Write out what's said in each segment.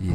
以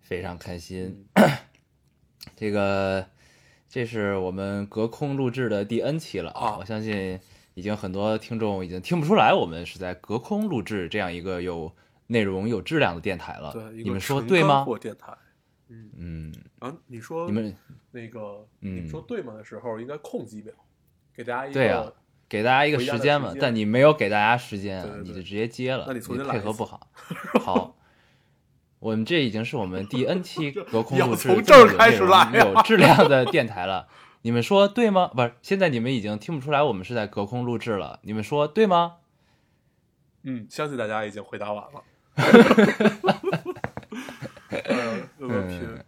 非常开心。 这个这是我们隔空录制的第 N 期了啊我相信已经很多听众已经听不出来我们是在隔空录制这样一个有内容、有质量的电台了。对，一你个们说纯对干吗？货电台嗯，啊，你说你们那个，嗯你们说对吗的时候，应该空几秒，给大家一个。对啊给大家一个回家时的间嘛时，间但你没有给大家时间啊，对对你对就直接接了，那你重新来一配次合不 好。好，我们这已经是我们第 N 期隔空录制要从这儿么有开始来啊内容有质量的电台了。 你们说对吗？不是，现在你们已经听不出来我们是在隔空录制了。你们说对吗？嗯，相信大家已经回答完了。呃，有个嗯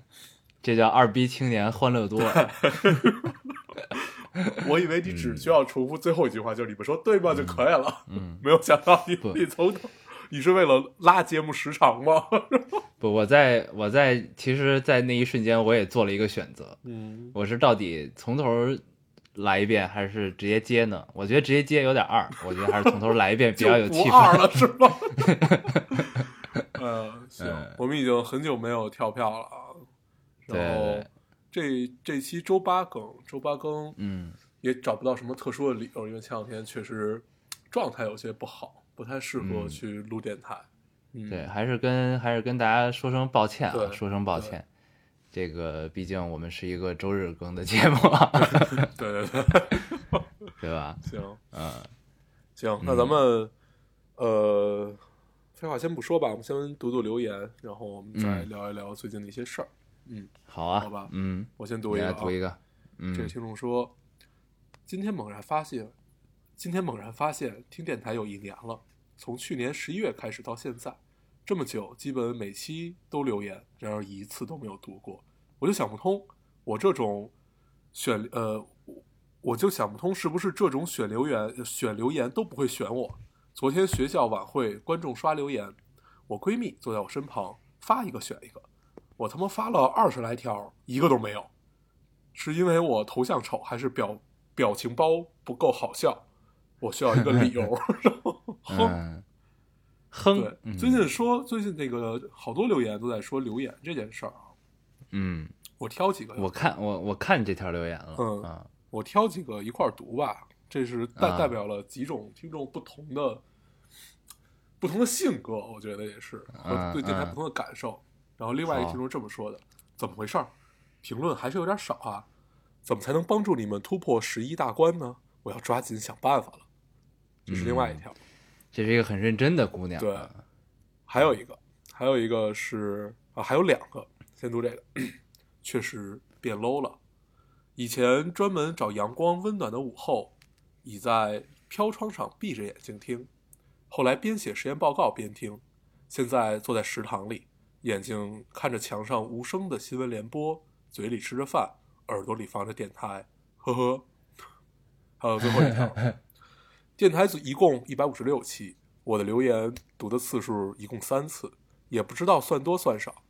这叫二逼青年欢 乐多。拼，我以为你只需要重复最后一句话，就是你们说对吗就可以了。嗯， 没有想到你不你从头，你是为了拉节目时长吗？ 不，我在我在，其实，在那一瞬间，我也做了一个选择。嗯，我是到底从头来一遍，还是直接接呢？我觉得直接接有点二，我觉得还是从头来一 遍比就较有不气二氛。了是吗？ 呃，行嗯，我们已经很久没有跳票了啊。对然对后对这这期周八更，周八更嗯，也找不到什么特殊的理由，因为前两天确实状态有些不好，不太适合嗯去录电台。嗯对，还是跟还是跟大家说声抱歉啊，对说声抱对歉。这个毕竟我们是一个周日更的节目， 啊对对对，对吧？行嗯，行，那咱们、呃，废话先不说吧，我们先读读留言，然后我们再嗯聊一聊最近的一些事儿。嗯，好啊，好吧嗯，我先读你一个、来啊，读一个，这个嗯，听众说，今天猛然发现，今天猛然发现听电台有一年了，从去年十一月开始到现在，这么久，基本每期都留言，然而一次都没有读过，我就想不通，我这种选呃，我我就想不通是不是这种选留言选留言都不会选我。昨天学校晚会，观众刷留言，我闺蜜坐在我身旁，发一个选一个，我他妈发了二十来条，一个都没有。是因为我头像丑，还是表表情包不够好笑？我需要一个理由。然后哼，嗯，对哼，，嗯最近说最近那个好多留言都在说留言这件事儿啊，嗯，我挑几个，我看我我看这条留言了，嗯啊，我挑几个一块儿读吧。这是代、啊代表了几种听众不同的不同的性格，我觉得也是和嗯对电台嗯不同的感受。然后另外一个好听众这么说的：怎么回事儿？评论还是有点少啊，怎么才能帮助你们突破十一大关呢？我要抓紧想办法了。这是另外一条。这是一个很认真的姑娘，对还有一个，还有一个是啊，还有两个，先读这个，确实变 low 了。以前专门找阳光温暖的午后，倚在飘窗上闭着眼睛听，后来边写实验报告边听，现在坐在食堂里，眼睛看着墙上无声的新闻联播，嘴里吃着饭，耳朵里放着电台，呵呵。还有最后一条，电台组一共一百五十六期，我的留言读的次数一共三次，也不知道算多算少。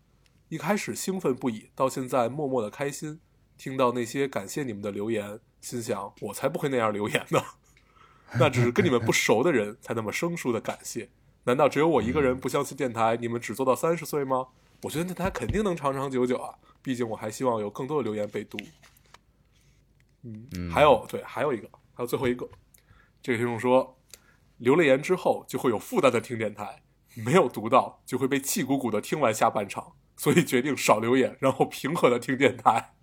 一开始兴奋不已，到现在默默的开心。听到那些感谢你们的留言，心想我才不会那样留言呢。 那只是跟你们不熟的人才那么生疏的感谢。难道只有我一个人不相信电台？你们只做到三十岁吗？我觉得电台肯定能长长久久啊！毕竟我还希望有更多的留言被读。嗯，还有对，还有一个，还有最后一个，这个听众说，留了言之后就会有负担的听电台，没有读到就会被气鼓鼓的听完下半场，所以决定少留言，然后平和的听电台。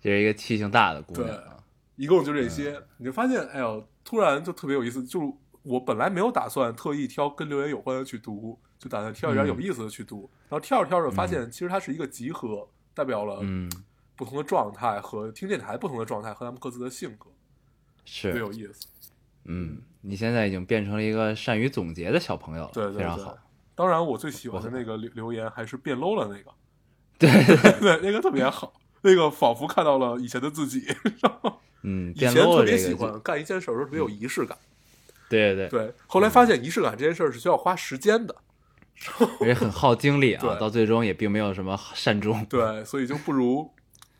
这是一个气性大的姑对娘啊， 一共就这些，你就发现，哎呦，突然就特别有意思。就是我本来没有打算特意挑跟留言有关的去读，就打算挑一点有意思的去读，然后挑着挑着发现，其实它是一个集合，代表了嗯，不同的状态和听电台不同的状态和他们各自的性格，特别是，有意思。嗯，你现在已经变成了一个善于总结的小朋友了，对对对，非常好，当然，我最喜欢的那个留留言还是变 low 了那个， 对，对，那个特别好，那个仿佛看到了以前的自 己。嗯，以变前 low 特了别这喜个欢就，嗯干一件事儿的时候特别有仪式感，对对对，对。后来发现仪式感这件事儿是需要花时间的，嗯也很耗精力啊，对到最终也并没有什么善终。对，所以就不如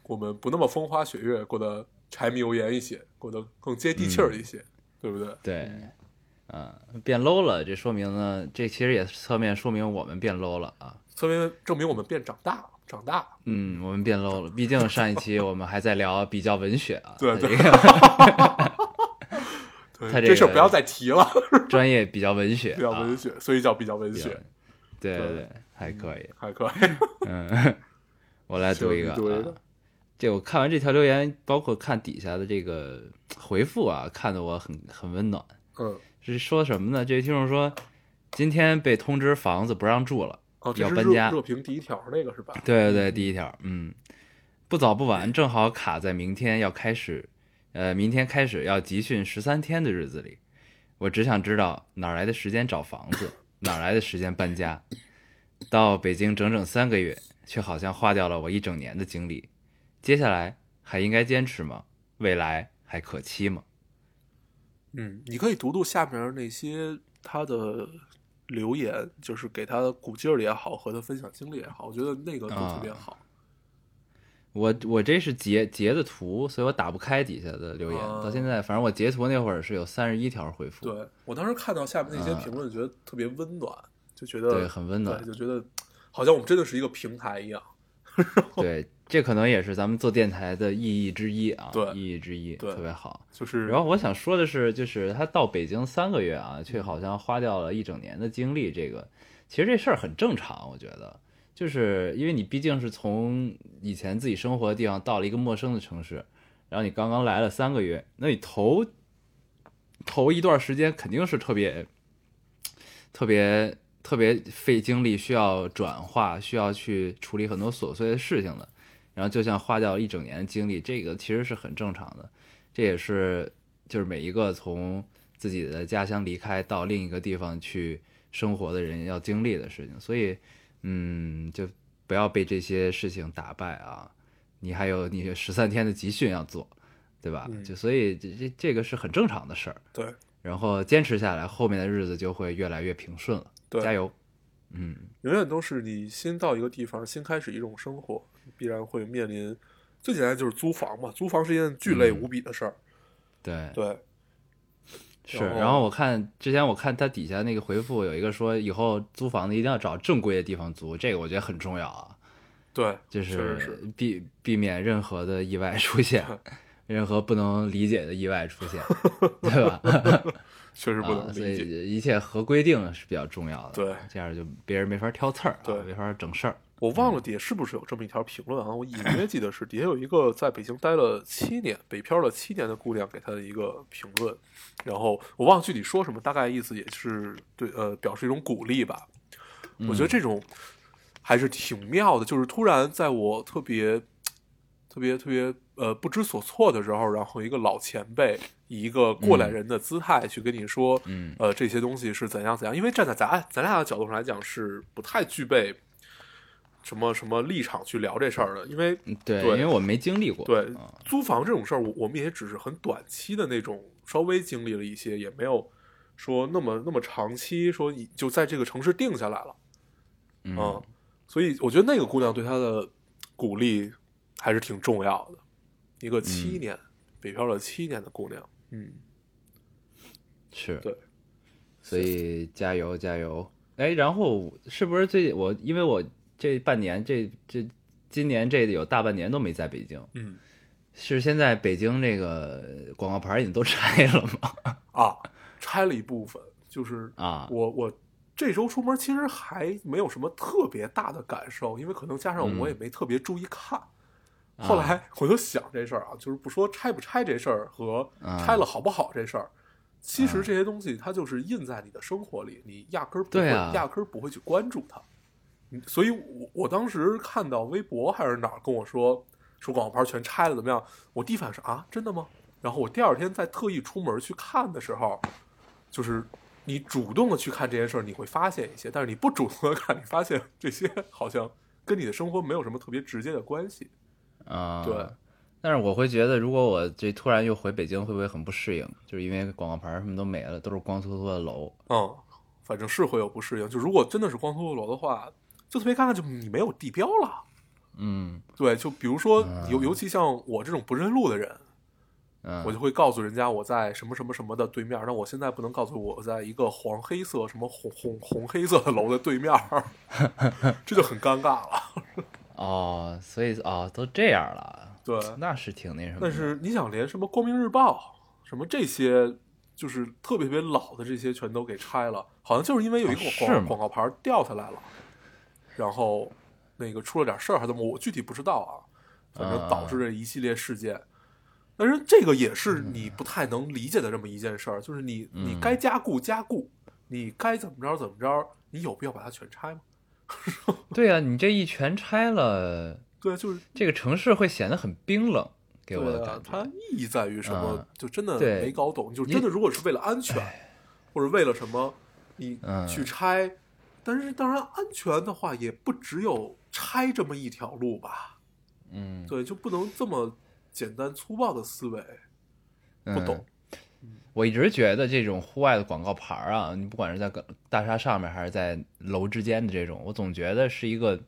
我们不那么风花雪月，过得柴米油盐一些，过得更接地气儿一嗯些，对不对？对，嗯， 变 low 了，这说明呢，这其实也侧面说明我们变 low 了啊。侧面证明我们变长大了，长大了。嗯，我们变 low 了，毕竟上一期我们还在聊比较文学啊，对这对个 对，他这事儿个不要再提了，专业比较文学，比较文，学，所以叫比较文比较学，，对对对对，还可以。还可以。嗯，我来读一个行你读一个啊。这我看完这条留言，包括看底下的这个回复啊，看得我很很温暖。嗯，是说什么呢？这位听众说，今天被通知房子不让住了。哦，这要是搬热家热评第一条那个是吧？对对对，第一条，嗯，不早不晚，正好卡在明天要开始，呃，明天开始要集训十三天的日子里。我只想知道哪儿来的时间找房子，哪儿来的时间搬家。到北京整整三个月，却好像花掉了我一整年的精力。接下来还应该坚持吗？未来还可期吗？嗯，你可以读读下面那些他的留言，就是给他的鼓劲儿也好，和他分享经历也好，我觉得那个都特啊别好。我我这是截截的图，所以我打不开底下的留言。哦到现在，反正我截图那会儿是有三十一条回复。对我当时看到下面那些评论，觉得特别温暖，就觉得啊对很温暖对就觉得好像我们真的是一个平台一样。对，这可能也是咱们做电台的意义之一啊，对意义之一，对特别好。就是然后我想说的是，就是他到北京三个月啊，却好像花掉了一整年的精力。这个其实这事儿很正常，我觉得，就是因为你毕竟是从以前自己生活的地方到了一个陌生的城市，然后你刚刚来了三个月，那你头头一段时间肯定是特别特别特别费精力，需要转化，需要去处理很多琐碎的事情的。然后就像花掉一整年的精力，这个其实是很正常的。这也是就是每一个从自己的家乡离开到另一个地方去生活的人要经历的事情。所以，嗯，就不要被这些事情打败啊！你还有你十三天的集训要做，对吧？嗯就所以这这这个是很正常的事儿。对然后坚持下来，后面的日子就会越来越平顺了。对，加油！嗯，永远都是你新到一个地方，新开始一种生活，必然会面临最简单就是租房嘛，租房是一件巨累嗯无比的事儿。对，对，是。然后然后我看之前我看他底下那个回复有一个说，以后租房子一定要找正规的地方租，这个我觉得很重要啊，对，就确实是是避避免任何的意外出 现，任何不能理解的意外出现，对吧？确实不能啊，所理解。以一切合规定是比较重要的，对这样就别人没法挑刺儿、啊，对没法整事儿。我忘了底下是不是有这么一条评论啊？我隐约记得是底下有一个在北京待了七年、北漂了七年的姑娘给他的一个评论，然后我忘了具体说什么，大概意思也是对呃表示一种鼓励吧。我觉得这种还是挺妙的，就是突然在我特别、特别、特别呃不知所措的时候，然后一个老前辈以一个过来人的姿态去跟你说，嗯呃，这些东西是怎样怎样，因为站在咱咱俩的角度上来讲，是不太具备什么什么立场去聊这事儿的，因为嗯对，对因为我没经历过，对啊租房这种事儿，我我们也只是很短期的那种，稍微经历了一些，也没有说那么那么长期，说你就在这个城市定下来了。嗯嗯，，所以我觉得那个姑娘对她的鼓励还是挺重要的。一个嗯七年、北漂了七年的姑娘，嗯，是，对，所以加油加油！哎，然后是不是最我因为我这半年这这今年这有大半年都没在北京，嗯是现在北京这个广告牌儿已经都拆了吗？啊，拆了一部分，就是啊，我我这周出门其实还没有什么特别大的感受，因为可能加上嗯我也没特别注意看。啊后来我就想这事儿啊， 就是不说拆不拆这事儿和啊拆了好不好这事儿，其实啊这些东西它就是印在你的生活里，你压根儿不会、对啊压根儿不会去关注它。嗯所以我我当时看到微博还是哪儿跟我说说广告牌全拆了怎么样，我第一反应是啊，真的吗？然后我第二天再特意出门去看的时候，就是你主动的去看这件事儿，你会发现一些；但是你不主动的看，你发现这些好像跟你的生活没有什么特别直接的关系。啊、对，但是我会觉得，如果我这突然又回北京，会不会很不适应？就是因为广告牌儿什么都没了，都是光秃秃的楼。嗯，反正是会有不适应。就如果真的是光秃秃楼的话，就特别尴尬，就你没有地标了。嗯对，就比如说嗯尤尤其像我这种不认路的人，嗯，我就会告诉人家我在什么什么什么的对面儿。那我现在不能告诉我在一个黄黑色什么红红红黑色的楼的对面儿， 这就很尴尬了。哦，所以哦，都这样了，对，那是挺那什么的。但是你想，连什么《光明日报》什么这些，就是特别特别老的这些，全都给拆了，好像就是因为有一个啊是广、吗广告牌掉下来了，然后那个出了点事儿，还怎么我具体不知道啊，反正导致了一系列事件。但是这个也是你不太能理解的这么一件事儿，就是你嗯你该加固加固，你该怎么着怎么着，你有必要把它全拆吗？对啊，你这一全拆了，对，啊就是这个城市会显得很冰冷，给我的对感啊，觉。它意义在于什么嗯？就真的对没搞懂。就你哎真的，如果是为了安全，或者为了什么，你嗯去拆。但是当然，安全的话也不只有拆这么一条路吧？嗯，对，就不能这么简单粗暴的思维。不懂嗯。我一直觉得这种户外的广告牌儿啊，你不管是在个大厦上面还是在楼之间的这种，我总觉得是一个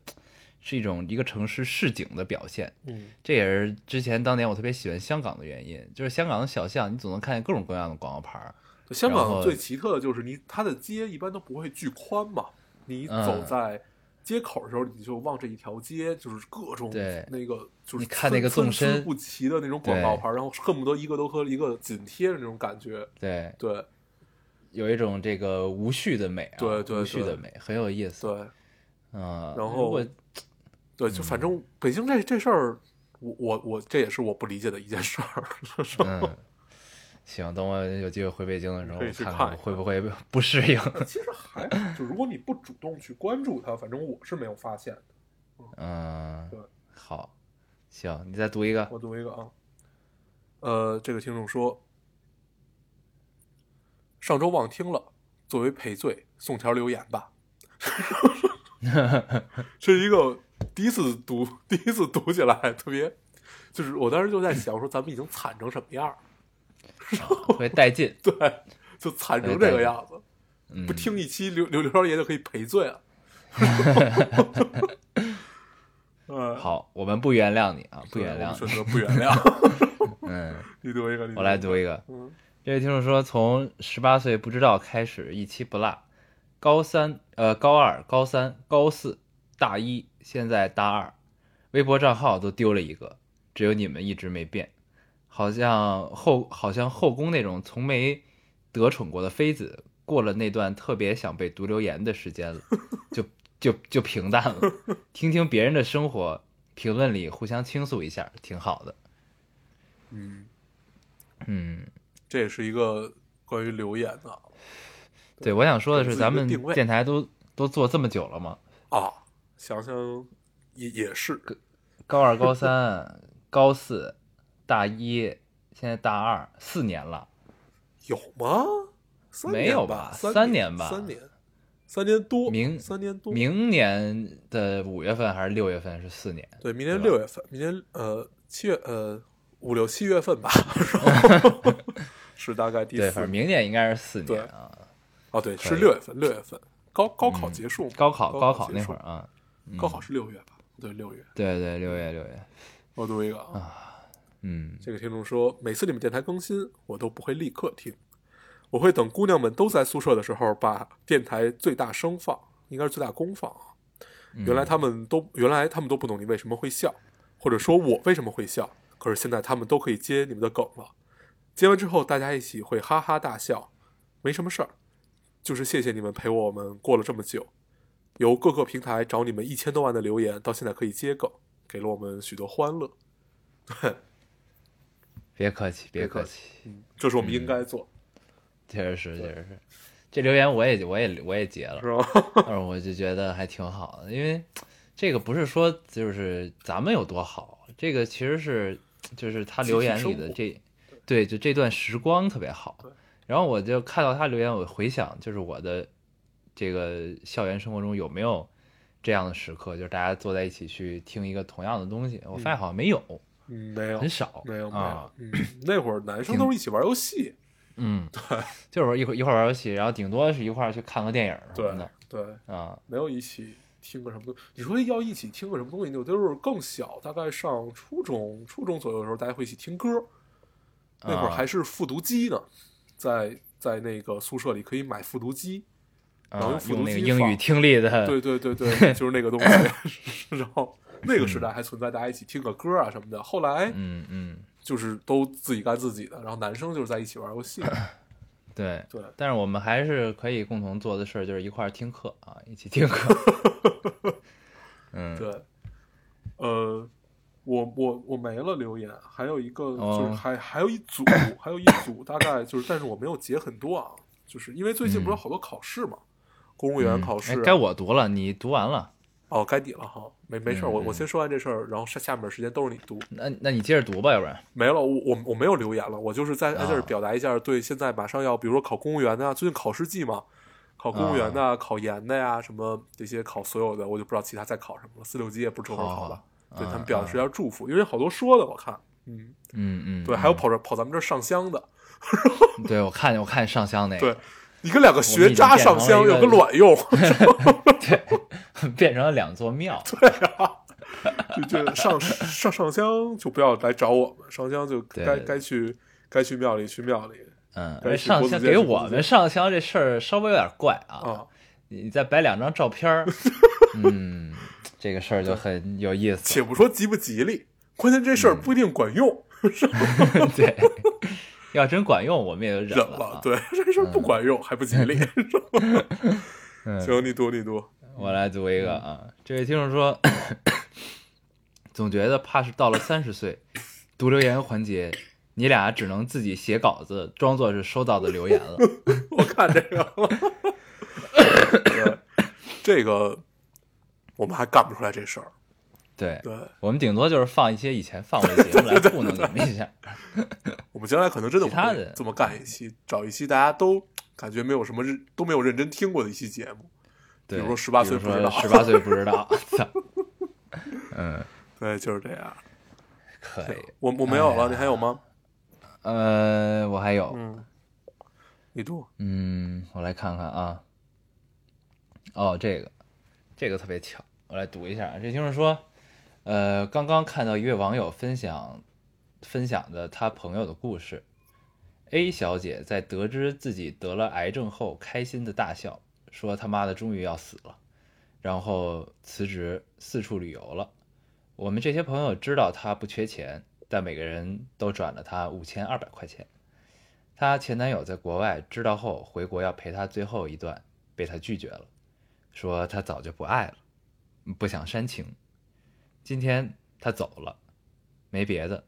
是一种一个城市市井的表现。嗯，这也是之前当年我特别喜欢香港的原因，就是香港的小巷，你总能看见各种各样的广告牌儿。香然港后最奇特的就是你，它的街一般都不会巨宽嘛。你走嗯在街口的时候，你就望着一条街，就是各种对那个，就是你看那个纵参参差深不齐的那种广告牌，然后恨不得一个都和一个紧贴着那种感觉。对，对有一种这个无序的美啊，对对无序对的美很有意思。对嗯，然如果后对，就反嗯正北京这这事儿，我我我这也是我不理解的一件事儿。 嗯，行，等我有机会回北京的时候，可以我去看看看我一看会不会 不适 应。其实还好就如果你不主动去关注它，反正我是没有发现的。嗯对，好，行，你再读一个。 我读一个啊，呃，这个听众说，上周忘听了，作为赔罪送条留言吧。 这是一个第一次读，第一次读起来特别，就是我当时就在想说，咱们已经惨成什么样儿？ 会带劲，对，就惨成这个样子。哎嗯不听一期刘刘刘少爷就可以赔 罪了。 嗯，好，我们不原谅你啊，不对原我们谅选你。择不原谅。 嗯，你读一个，你我来读读一个。嗯这位听众说，从十八岁不知道开始，一期不落。高三，呃，高二、高三、高四、大一，现在大二，微博账号都丢了一个，只有你们一直没变。好像后，好像后宫那种从没得宠过的妃子，过了那段特别想被读留言的时间了，就就就平淡了。听听别人的生活，评论里互相倾诉一下，挺好的。嗯，嗯。这也是一个关于留言的对，我想说的给是，自己一咱个们定位电台都都做这么久了嘛，啊，想想也也是，高 二、高三、高四、大一，现在大二，四年了。有吗？三年没有吧吧，三三年吧三年，三年多，明三年多，明年的五月份还是六月份是四年，对，明年对吧六月份，明年呃七月呃五六七月 份吧，是大概第对，四反正明年应该是四年啊。哦，对，是以嗯六月份，六月份高高考结束嘛，高考高考结那束会儿，啊，嗯高考是六月吧？对，六月。对对，六月六月，我读一个啊，嗯，这个听众说，每次你们电台更新，我都不会立刻听，我会等姑娘们都在宿舍的时候，把电台最大声放，应该是最大公放啊。嗯原来他们都原来他们都不懂你为什么会笑，或者说我为什么会笑，可是现在他们都可以接你们的梗了。接完之后，大家一起会哈哈大笑，没什么事儿，就是谢谢你们陪我们过了这么久。由各个平台找你们一千多万的留言，到现在可以接梗，给了我们许多欢乐。对，别客气，别别客客气气，这是我们应该做，确实是，确实是。这留言我也我也我也截了，是吧？但是我就觉得还挺好的，因为这个不是说就是咱们有多好，这个其实是就是他留言里的这，对，就这段时光特别好，然后我就看到他留言，我回想就是我的这个校园生活中有没有这样的时刻，就是大家坐在一起去听一个同样的东西，我发现好像没有，嗯，没有，很少，没有，没啊有，。嗯，那会儿男生都是一起玩游戏，嗯，就是一会儿一会儿玩游戏，然后顶多是一块儿去看个电影儿什对么的对，啊。没有一起听个什么东西。你说要一起听个什么东西，那就是更小，大概上初中、初中左右的时候，大家会一起听歌。那会儿啊还是复读机呢，在在那个宿舍里可以买复读机，然后啊，复用读那个机英放语听力的，对对 对对，就是那个东西。 然后那个时代还存在大家一起听个歌啊什么的。后来嗯嗯，就是都自己干自己的，然后男生就是在一起玩 游戏。对。对，但是我们还是可以共同做的事儿就是一块儿听课啊，一起听 课。嗯，对，呃，我我我没了留言，还有一个哦就是还、还有一组，还有一组大概就是，但是我没有截很多啊，就是因为最近不是有好多考试嘛，公务员嗯考哎试，啊该我读了，你读完了，哦该你了哈，没没事儿，嗯我嗯我先说完这事儿，然后下下面时间都是你读，那那你接着读吧，要不然。没了，我我我没有留言了，我就是在在这儿啊表达一下对现在马上要，比如说考公务员的啊，最近考试季嘛。考公务员啊的、考研的呀，什么这些考所有的，我就不知道其他在考什么了。四六级也不是这会儿考了，对啊他们表示一下祝福，因为好多说的，我看，嗯，嗯嗯，对，还有嗯跑这跑咱们这儿上香的，对我看我看上香那对个，你跟两个学渣上香我们有已经个卵 用，对， 变成了两座庙。就就上上上香就不要来找我们，上香就对该对该去该去庙里去庙里嗯，该而去上国子香监给去国我子们监上香这事儿稍微有点怪啊，你再摆两张照片 儿，嗯，这个事儿就很有意思。且不说吉不吉利，关键这事儿嗯不一定管用， 对，要真管用，我们也就忍忍了了啊。， 对，这事儿不管用还不吉 利，嗯行，你读你读，我来读一个嗯啊，这位听众说，总觉得怕是到了三十岁，读留言环节，你俩只能自己写稿子，装作是收到的留言 了。我看 这个了，对这个我们还干不出来这事儿，对，对。我们顶多就是放一些以前放过的节目来糊弄你们一下。我们将来可能真的其他会的这么干一期，找一期大家都感觉没有什么认都没有认真听过的一期节目。对，比如说18岁不知道十八岁不知道， 操，嗯，对，就是这样。可以。我我没有哎了，呀你还有吗？呃，我还有，嗯，你读。嗯，我来看看啊。哦，这个，这个特别巧，我来读一下啊。这就是说，呃，刚刚看到一位网友分享分享的他朋友的故事。A 小姐在得知自己得了癌症后，开心的大笑，说他妈的终于要死了，然后辞职四处旅游了。我们这些朋友知道她不缺钱，但每个人都转了她五千二百块钱。她前男友在国外知道后回国要陪她最后一段，被她拒绝了，说她早就不爱了，不想煽情。今天她走了，没别的，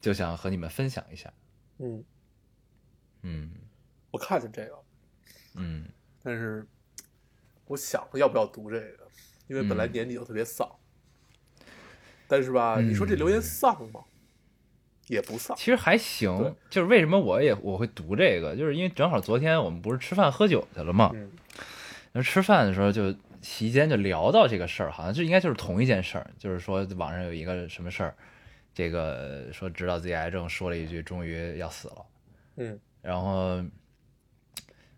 就想和你们分享一下。嗯，嗯我看见这个，嗯但是我想要不要读这个，因为本来嗯年底就特别丧。但是吧，嗯你说这留言丧吗？也不丧，其实还对行，就是为什么我也我会读这个，就是因为正好昨天我们不是吃饭喝酒去了嘛，嗯然后吃饭的时候就席间就聊到这个事儿，好像这应该就是同一件事儿，就是说网上有一个什么事儿，这个说知道自己癌症，说了一句终于要死了，嗯然后，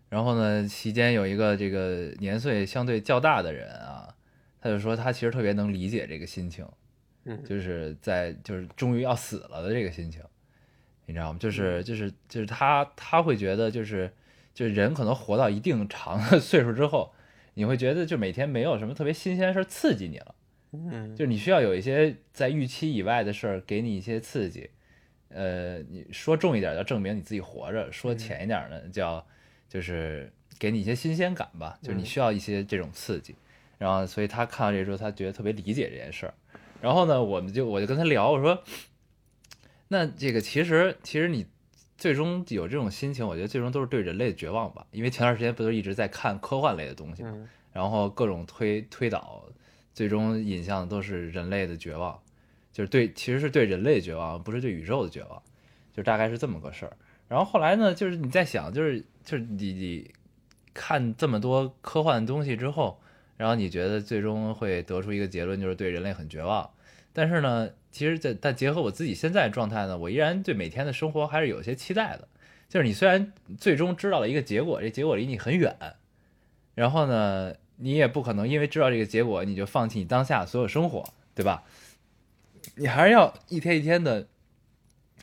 然后呢，席间有一个这个年岁相对较大的人啊，他就说他其实特别能理解这个心情，嗯就是在就是终于要死了的这个心情，你知道吗？就是就是就是他他会觉得就是就是人可能活到一定长的 岁数之后，你会觉得就每天没有什么特别新鲜的事儿刺激你了，嗯，就是你需要有一些在预期以外的事儿给你一些刺激。呃，你说重一点叫证明你自己活着，说嗯浅一点呢叫就是给你一些新鲜感吧，就是你嗯需要一些这种刺激。然后，所以他看到这之后，他觉得特别理解这件事儿。然后呢，我们就我就跟他聊，我说，那这个其实其实你最终有这种心情，我觉得最终都是对人类的绝望吧。因为前段时间不都一直在看科幻类的东西嘛，嗯然后各种推推导，最终引向的都是人类的绝望，就是对，其实是对人类的绝望，不是对宇宙的绝望，就大概是这么个事儿。然后后来呢，就是你在想，就是就是你你看这么多科幻的东西之后，然后你觉得最终会得出一个结论，就是对人类很绝望。但是呢，其实这但结合我自己现在的状态呢，我依然对每天的生活还是有些期待的。就是你虽然最终知道了一个结果，这结果离你很远，然后呢，你也不可能因为知道这个结果你就放弃你当下所有生活，对吧？你还是要一天一天的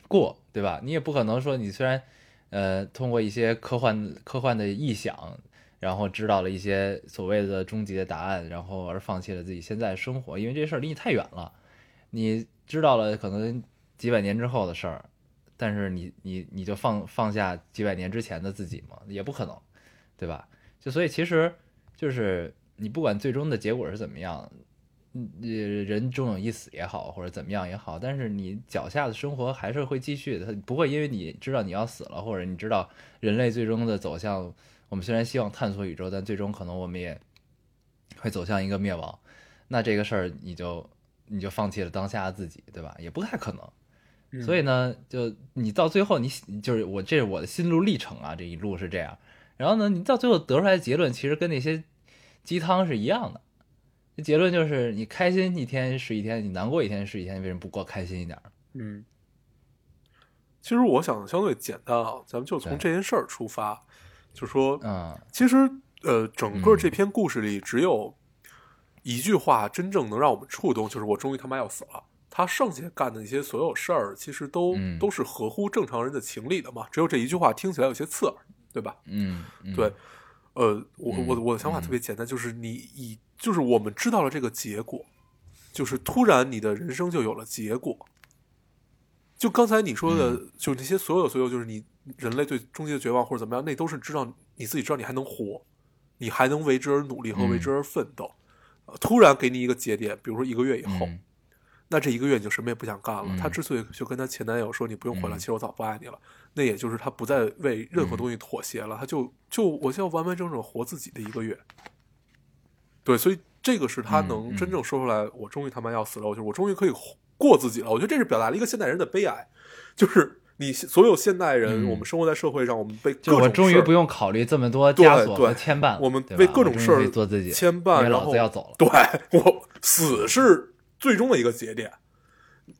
过，对吧？你也不可能说你虽然呃通过一些科幻科幻的臆想，然后知道了一些所谓的终极的答案，然后而放弃了自己现在的生活，因为这事儿离你太远了。你知道了可能几百年之后的事儿，但是你你你就放放下几百年之前的自己吗？也不可能，对吧？就所以其实就是你不管最终的结果是怎么样，嗯，呃人终有一死也好，或者怎么样也好，但是你脚下的生活还是会继续的，它不会因为你知道你要死了，或者你知道人类最终的走向，我们虽然希望探索宇宙，但最终可能我们也会走向一个灭亡，那这个事儿你就你就放弃了当下的自己，对吧？也不太可能。嗯所以呢，就你到最后你，你就是我，这是我的心路历程啊，这一路是这样。然后呢，你到最后得出来的结论，其实跟那些鸡汤是一样的。这结论就是，你开心一天是一天，你难过一天是一天，为什么不过开心一点儿？嗯，其实我想的相对简单啊，咱们就从对这件事儿出发，就说，嗯其实呃，整个这篇故事里只有一句话真正能让我们触动，就是我终于他妈要死了。他剩下干的一些所有事儿，其实都、嗯都是合乎正常人的情理的嘛。只有这一句话听起来有些刺耳，对吧？嗯，嗯对，，呃，我嗯我我的想法特别简单，就是你以就是我们知道了这个结果，就是突然你的人生就有了结果。就刚才你说的，嗯就那些所有所有，就是你人类对终极的绝望或者怎么样，那都是知道你自己知道你还能活，你还能为之而努力和嗯为之而奋斗。呃突然给你一个节点，比如说一个月以后，嗯那这一个月你就什么也不想干了。嗯她之所以就跟她前男友说你不用回来，嗯其实我早不爱你了，那也就是她不再为任何东西妥协了，她就就我就要完完整整活自己的一个月。对，所以这个是她嗯能嗯真正说出来，我终于他妈要死了，我就是我终于可以活过自己了。我觉得这是表达了一个现代人的悲哀，就是你所有现代人，嗯我们生活在社会上，我们被各就种我终于事儿不用考虑这么多枷锁对和对牵绊了，我们对吧为各种我终于事可儿以做自己，牵绊，因为然老后子要走了。对我死是最终的一个节点。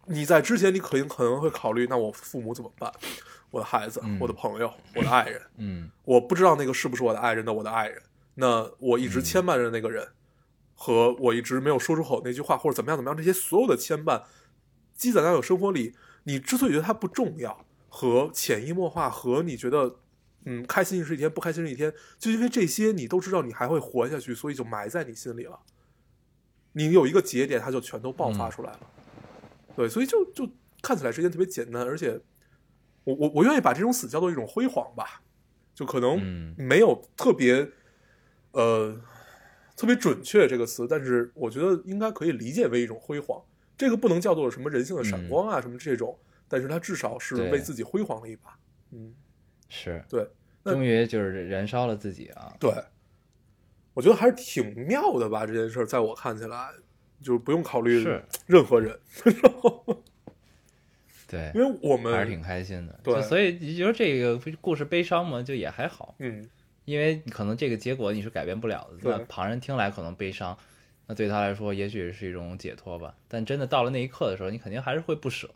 你在之前，你可能可能会考虑，那我父母怎么办？我的孩子、嗯我的朋友、我的爱人，嗯我不知道那个是不是我的爱人的我的爱人。那我一直牵绊着那个人，和我一直没有说出口那句话，或者怎么样怎么样，这些所有的牵绊积攒在我生活里，你之所以觉得它不重要，和潜移默化，和你觉得嗯开心是一天，不开心是一天，就因为这些你都知道你还会活下去，所以就埋在你心里了。你有一个节点，它就全都爆发出来了。对，所以就就看起来是一件特别简单，而且我我我愿意把这种死叫做一种辉煌吧，就可能嗯没有特别、呃特别准确这个词，但是我觉得应该可以理解为一种辉煌。这个不能叫做什么人性的闪光啊、什么这种，但是它至少是对为自己辉煌了一把。嗯，是，对那终于就是燃烧了自己啊。对，我觉得还是挺妙的吧，这件事儿在我看起来就是不用考虑是任何人，对，因为我们还是挺开心的。对就所以你觉得这个故事悲伤嘛，就也还好，嗯因为可能这个结果你是改变不了的。对那旁人听来可能悲伤，那对他来说也许是一种解脱吧。但真的到了那一刻的时候，你肯定还是会不舍，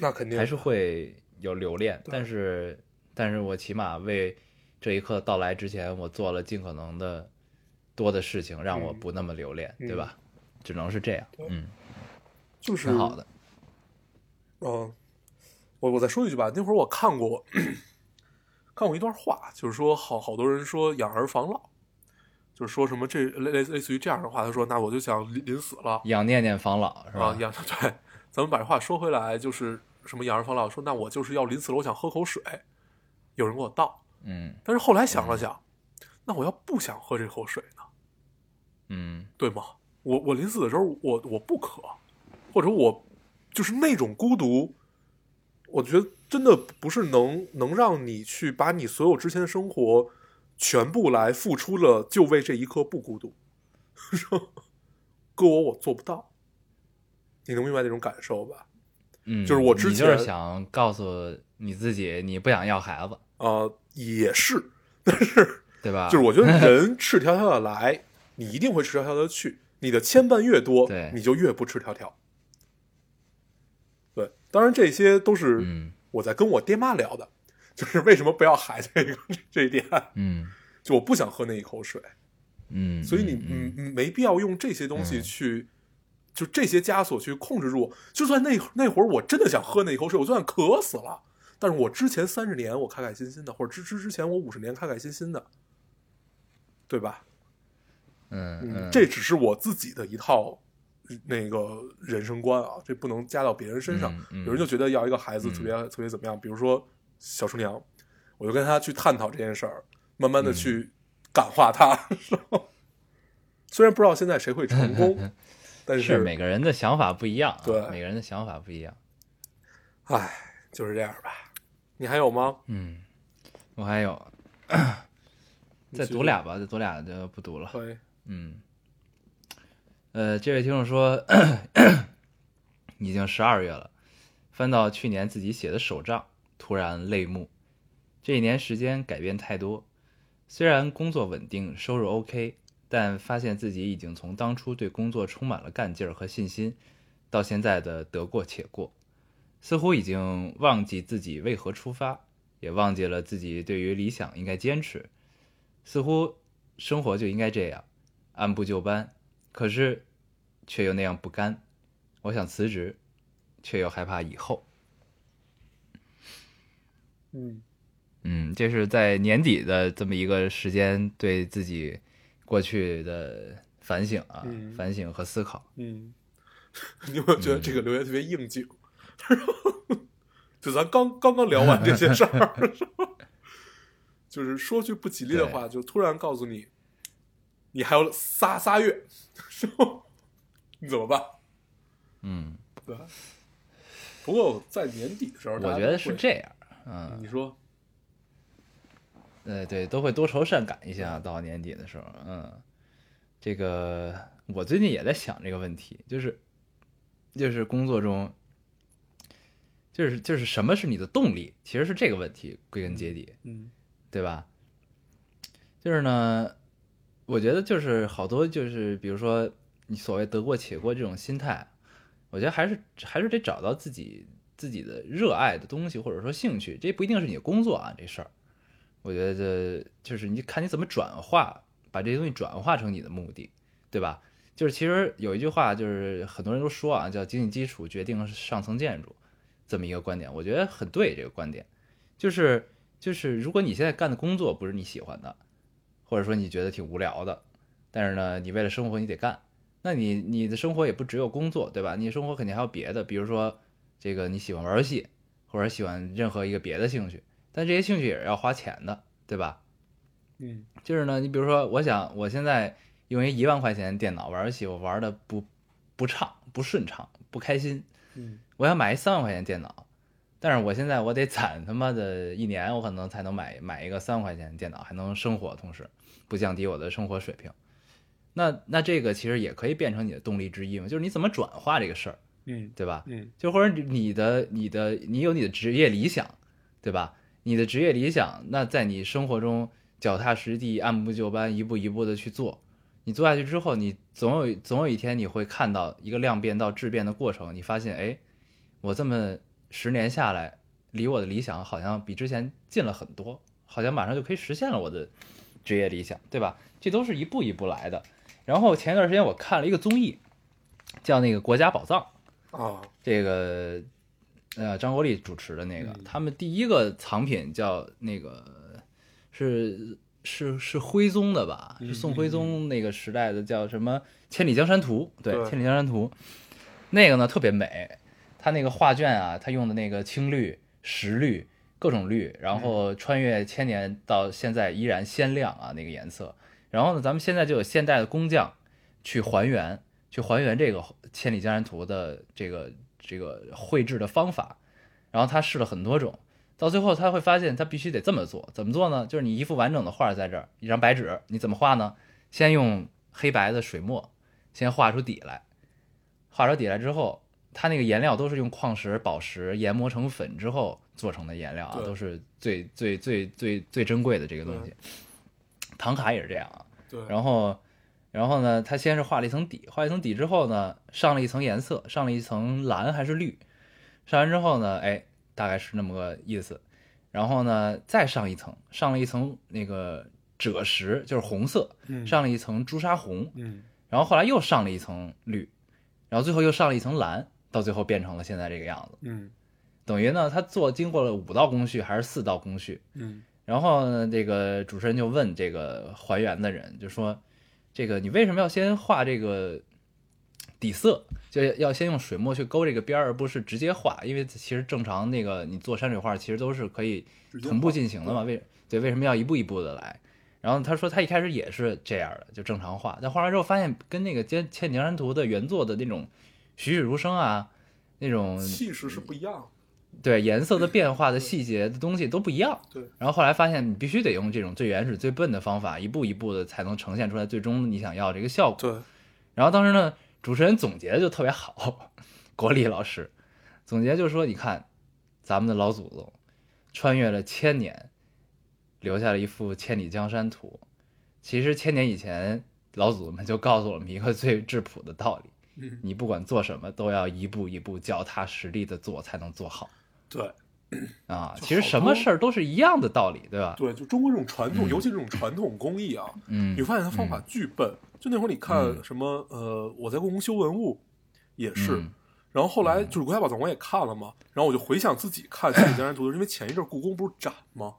那肯定还是会有留恋。对但是，但是我起码为这一刻到来之前，我做了尽可能的多的事情，让我嗯不那么留恋，嗯对吧？只能是这样，嗯，就是挺好的。嗯，我我再说一句吧，那会儿我看过 看过一段话，就是说好好多人说养儿防老，就是说什么这类类类似于这样的话，他说那我就想临临死了养念念防老是吧？啊，养 对，咱们把这话说回来，就是什么养儿防老，说那我就是要临死了，我想喝口水，有人给我倒，嗯但是后来想了想，那我要不想喝这口水呢，嗯对吗？我我临死的时候，我我不渴，或者我就是那种孤独，我觉得真的不是能能让你去把你所有之前的生活全部来付出了，就为这一刻不孤独。 搁我我做不到，你能明白那种感受吧？嗯，就是我之你就是前想告诉你自己你不想要孩子，啊，也是，但是对吧？就是我觉得人赤条条的来， 你一定会赤条条的去。你的牵绊越多对，你就越不赤条条。对，当然这些都是嗯我在跟我爹妈聊的， 就是为什么不要孩子这个 这一点，嗯就我不想喝那一口水，嗯，所以你嗯嗯嗯没必要用这些东西去，就这些枷锁去控制住我。就算那那会儿我真的想喝那一口水，我就算渴死了，但是我之前三十年我开开心心的，或者之之之前我五十年开开心心的，对吧？嗯嗯嗯嗯，这只是我自己的一套呃那个人生观啊，这不能加到别人身上。嗯嗯嗯有人就觉得要一个孩子特别、特别怎么样，比如说小厨娘，我就跟他去探讨这件事儿，慢嗯慢的去感化他。然后虽然不知道现在谁会成 功，但是每是个人的想法不一样啊，对每个人的想法不一样。唉，就是这样吧。你还有吗？嗯，我还有，你再继读续俩吧，再读俩就不读了。可以，嗯，呃，这位听众说， 已经十二月了，翻到去年自己写的手账，突然泪目。这一年时间改变太多，虽然工作稳定，收入 OK，但发现自己已经从当初对工作充满了干劲儿和信心，到现在的得过且过，似乎已经忘记自己为何出发，也忘记了自己对于理想应该坚持，似乎生活就应该这样，按部就班，可是却又那样不甘。我想辞职，却又害怕以后。嗯嗯，这是在年底的这么一个时间，对自己过去的反省啊，嗯反省和思考。嗯， 你有没有觉得嗯这个留言特别应景？ 就咱刚刚刚聊完这些事儿， 就是说句不吉利的话，就突然告诉你，你还有仨仨月， 你怎么办？嗯，对吧。不过在年底的时候，我大家觉得都会是。这样。嗯，你说，呃，对，都会多愁善感一下。到年底的时候，嗯，这个我最近也在想这个问题，就是就是工作中，就是就是什么是你的动力，其实是这个问题，归根结底，嗯对吧？就是呢，我觉得就是好多就是比如说你所谓得过且过这种心态，我觉得还是还是得找到自己自己的热爱的东西或者说兴趣，这不一定是你的工作啊这事儿，我觉得就是你看你怎么转化，把这些东西转化成你的目的，对吧？就是其实有一句话，就是很多人都说啊，叫经济基础决定上层建筑，这么一个观点，我觉得很对这个观点。就是就是，如果你现在干的工作不是你喜欢的，或者说你觉得挺无聊的，但是呢，你为了生活你得干，那你你的生活也不只有工作，对吧？你生活肯定还有别的，比如说这个你喜欢玩游戏，或者喜欢任何一个别的兴趣，但这些兴趣也是要花钱的，对吧？嗯就是呢，你比如说，我想我现在用一一万块钱电脑玩游戏，我玩的不不畅、不顺畅、不开心，嗯我想买一三万块钱电脑，但是我现在我得攒他妈的一年，我可能才能买买一个三万块钱电脑，还能生活，同时不降低我的生活水平。那那这个其实也可以变成你的动力之一嘛，就是你怎么转化这个事儿，嗯对吧？嗯就或者你的你的你有你的职业理想，对吧？你的职业理想，那在你生活中脚踏实地、按部就班、一步一步的去做。你做下去之后，你总有总有一天你会看到一个量变到质变的过程，你发现，哎，我这么十年下来，离我的理想好像比之前近了很多，好像马上就可以实现了我的职业理想，对吧？这都是一步一步来的。然后前一段时间我看了一个综艺，叫那个《国家宝藏》，啊，这个呃张国立主持的那个嗯，他们第一个藏品叫那个是是是徽宗的吧？嗯是宋徽宗那个时代的叫什么《千里江山图》？对，对《千里江山图》那个呢特别美，他那个画卷啊，他用的那个青绿、石绿各种绿，然后穿越千年到现在依然鲜亮啊那个颜色。然后呢，咱们现在就有现代的工匠去还原，去还原这个《千里江山图》的这个这个绘制的方法。然后他试了很多种，到最后他会发现他必须得这么做。怎么做呢？就是你一幅完整的画在这儿，一张白纸，你怎么画呢？先用黑白的水墨先画出底来，画出底来之后，它那个颜料都是用矿石、宝石研磨成粉之后做成的颜料啊，对都是最最最最最珍贵的这个东西。唐卡也是这样啊，对，然后，然后呢，它先是画了一层底，画一层底之后呢，上了一层颜色，上了一层蓝还是绿，上完之后呢，哎，大概是那么个意思。然后呢，再上一层，上了一层那个赭石，就是红色，嗯上了一层朱砂红，嗯然后后来又上了一层绿，然后最后又上了一层蓝，到最后变成了现在这个样子。嗯等于呢，它做经过了五道工序还是四道工序，嗯然后呢，这个主持人就问这个还原的人，就说：“这个你为什么要先画这个底色？就是要先用水墨去勾这个边儿，而不是直接画？因为其实正常那个你做山水画，其实都是可以直接同步画进行的嘛。为对，为什么要一步一步的来？”然后他说他一开始也是这样的，就正常画，但画完之后发现跟那个《千千年山图》的原作的那种栩栩如生啊，那 种气势是不一样对颜色的变化的细节的东西都不一样。对然后后来发现你必须得用这种最原始、最笨的方法，一步一步的才能呈现出来最终你想要这个效的，果。对，然后当时呢，主持人总结的就特别好， 国立老师总结就说：“你看，咱们的老祖宗穿越了千年，留下了一幅《千里江山图》。其实千年以前，老祖宗们就告诉我们一个最质朴的道理：嗯你不管做什么，都要一步一步脚踏实地的做，才能做好。”对啊，就其实好什么多事儿都是一样的道理，对吧？对，就中国这种传统，嗯尤其这种传统工艺啊，嗯你发现它方法巨笨。就那会儿你看嗯什么呃，我在故宫修文物也是嗯，然后后来就是国家宝藏馆也看了嘛，然后我就回想自己看《千里江山图》 的时候，因为前一阵儿故宫不是展吗？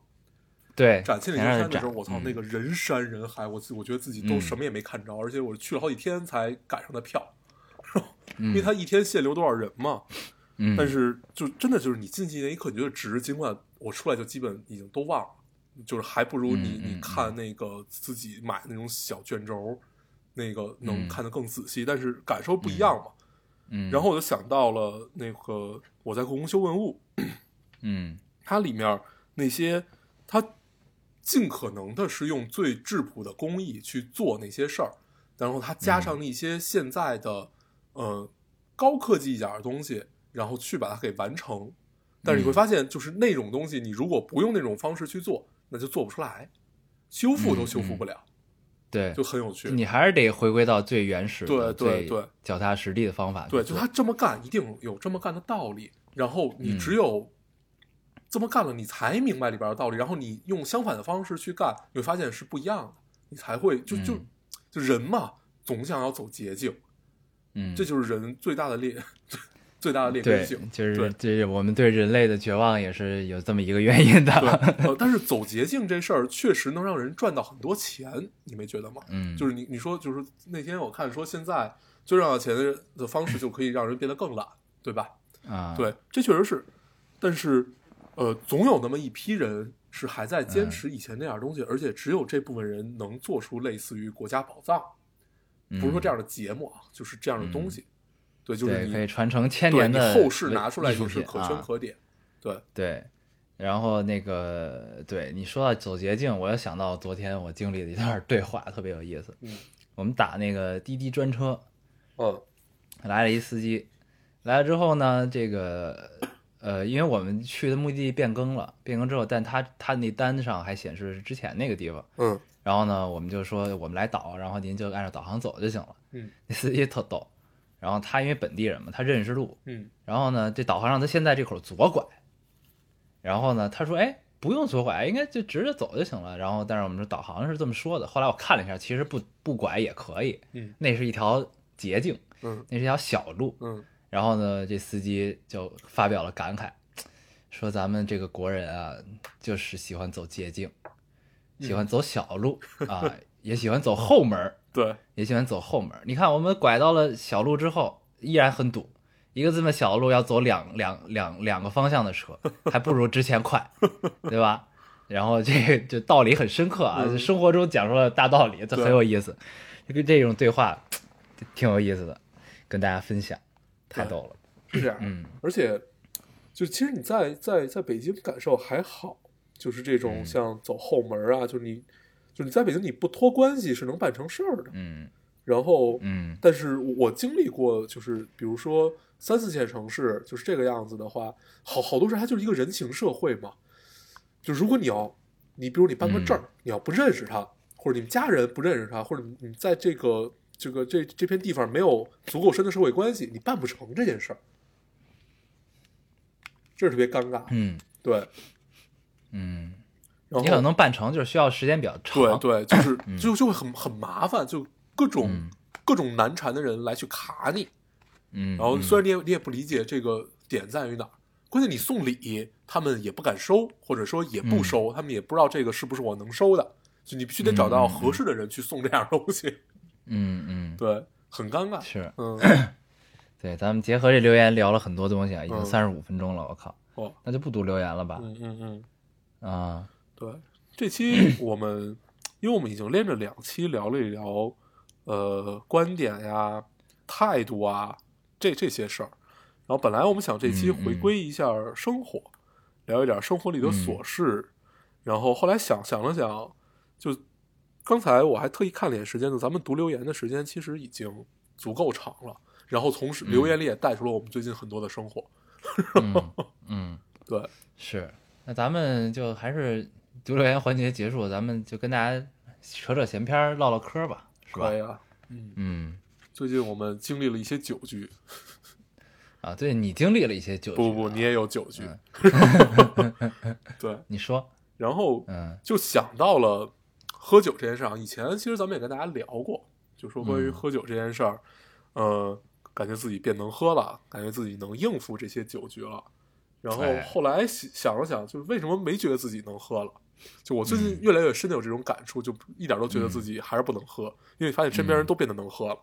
对，展《千里江前面》山的时候，展我操，嗯那个人山人海，我自我觉得自己都嗯什么也没看着，而且我去了好几天才赶上的票， 嗯、因为他一天限流多少人嘛。嗯，但是就真的就是你进去那一刻，你觉得值，尽管我出来就基本已经都忘了，就是还不如嗯你嗯你看那个自己买那种小卷轴，那个能嗯看得更仔细，但是感受不一样嘛。嗯，然后我就想到了那个我在故宫修文物，嗯它里面那些它尽可能的是用最质朴的工艺去做那些事儿，然后它加上一些现在的、呃高科技一点儿的东西，然后去把它给完成。但是你会嗯发现，就是那种东西，你如果不用那种方式去做，那就做不出来，修复都修复不了，对，就很有趣。你还是得回归到最原始的、对最对对脚踏实地的方法去对，做。就他这么干一定有这么干的道理，然后你嗯只有这么干了，你才明白里边的道理，然后你用相反的方式去干，你会发现是不一样的，你才会就就嗯就人嘛，总想要走捷径，嗯，这就是人最大的劣 最大的劣根对性，。就是对就是我们对人类的绝望也是有这么一个原因对的。， 呃，但是走捷径这事儿确实能让人赚到很多钱，你没觉得吗？ 嗯，就是你你说就是那天我看说现在最赚到钱的的方式就可以让人变得更懒，对吧？啊，，对，这确实是，但是，呃，总有那么一批人是还在坚嗯持以前那样东西，而且只有这部分人能做出类似于国家宝藏，嗯、不是说这样的节目啊，就是这样的东西。对，就是对，你可以传承千对年你的后世文拿出来艺术就是品可啊圈可点。对，对，然后那个对你说到走捷径，我又想到昨天我经历的一段对话，特别有意思。嗯，我们打那个滴滴专车，嗯来了一司机，来了之后呢，这个呃，因为我们去的目的地变更了，变更之后，但他他那单上还显示是之前那个地方，嗯然后呢，我们就说我们来导，然后您就按照导航走就行了。嗯，那司机特逗，然后他因为本地人嘛，他认识路，嗯然后呢，这导航让他先在这口左拐，然后呢，他说：“哎，不用左拐，应该就直着走就行了。”然后，但是我们说导航是这么说的。后来我看了一下，其实不不拐也可以，嗯那是一条捷径，嗯那是一条小路。嗯然后呢，这司机就发表了感慨，说咱们这个国人啊，就是喜欢走捷径，喜欢走小路、啊，也喜欢走后门儿。对也喜欢走后门儿。你看，我们拐到了小路之后，依然很堵。一个这么小的路要走两两两两个方向的 车，还不如之前快，对吧？然后这个就道理很深刻啊，嗯就生活中讲出了大道理，这对很有意思。这个这种对话挺有意思的，跟大家分享，太对逗了。是这样。嗯而且，就其实你在在在北京感受还好，就是这种嗯像走后门啊，就是你就是你在北京你不托关系是能办成事儿的。嗯然后，嗯但是我经历过，就是比如说三四线城市就是这个样子的话，好好多事它就是一个人情社会嘛。就如果你要，你比如你办个证嗯儿，你要不认识他，或者你们家人不认识他，或者你你在这个这个这这片地方没有足够深的社会关系，你办不成这件事儿，这是特别尴尬。嗯对，嗯，然后你可能办成就是需要时间比较对长，对，就是嗯就就会很很麻烦，就各种、各种难缠的人来去卡你。嗯，然后嗯虽然你也你也不理解这个点在于哪儿，关键你送礼他们也不敢收，或者说也嗯不收，他们也不知道这个是不是我能收的，就你必须得找到合适的人去送这样东西，嗯嗯对，很 尴尬。是嗯，对，咱们结合这留言聊了很多东西啊，已经嗯三十五分钟了，我靠，哦，那就不读留言了吧？嗯嗯嗯，啊，对，这期我们因为我们已经连着两期聊了一聊，呃，观点呀、态度啊这这些事儿，然后本来我们想这期嗯嗯回归一下生活，聊一点生活里的琐事，然后后来想想了想，就刚才我还特意看了一眼时间呢，咱们读留言的时间其实已经足够长了，然后同时留言里也带出了我们最近很多的生活，嗯嗯，对，是，那咱们就还是读留言环节结束，咱们就跟大家扯扯闲篇儿，唠唠嗑儿吧，是吧可？以啊。嗯最近我们经历了一些酒局，啊，对你经历了一些酒局啊，不不，你也有酒局，哎 对。你说，然后嗯就想到了喝酒这件事儿啊。以前其实咱们也跟大家聊过，就说关于嗯喝酒这件事儿，呃，感觉自己变能喝了，感觉自己能应付这些酒局了。然后哎后来想想了想，就是为什么没觉得自己能喝了？就我最嗯近越来越深的有这种感触，就一点都觉得自己还是不能喝，因为发现身边人都变得能喝了。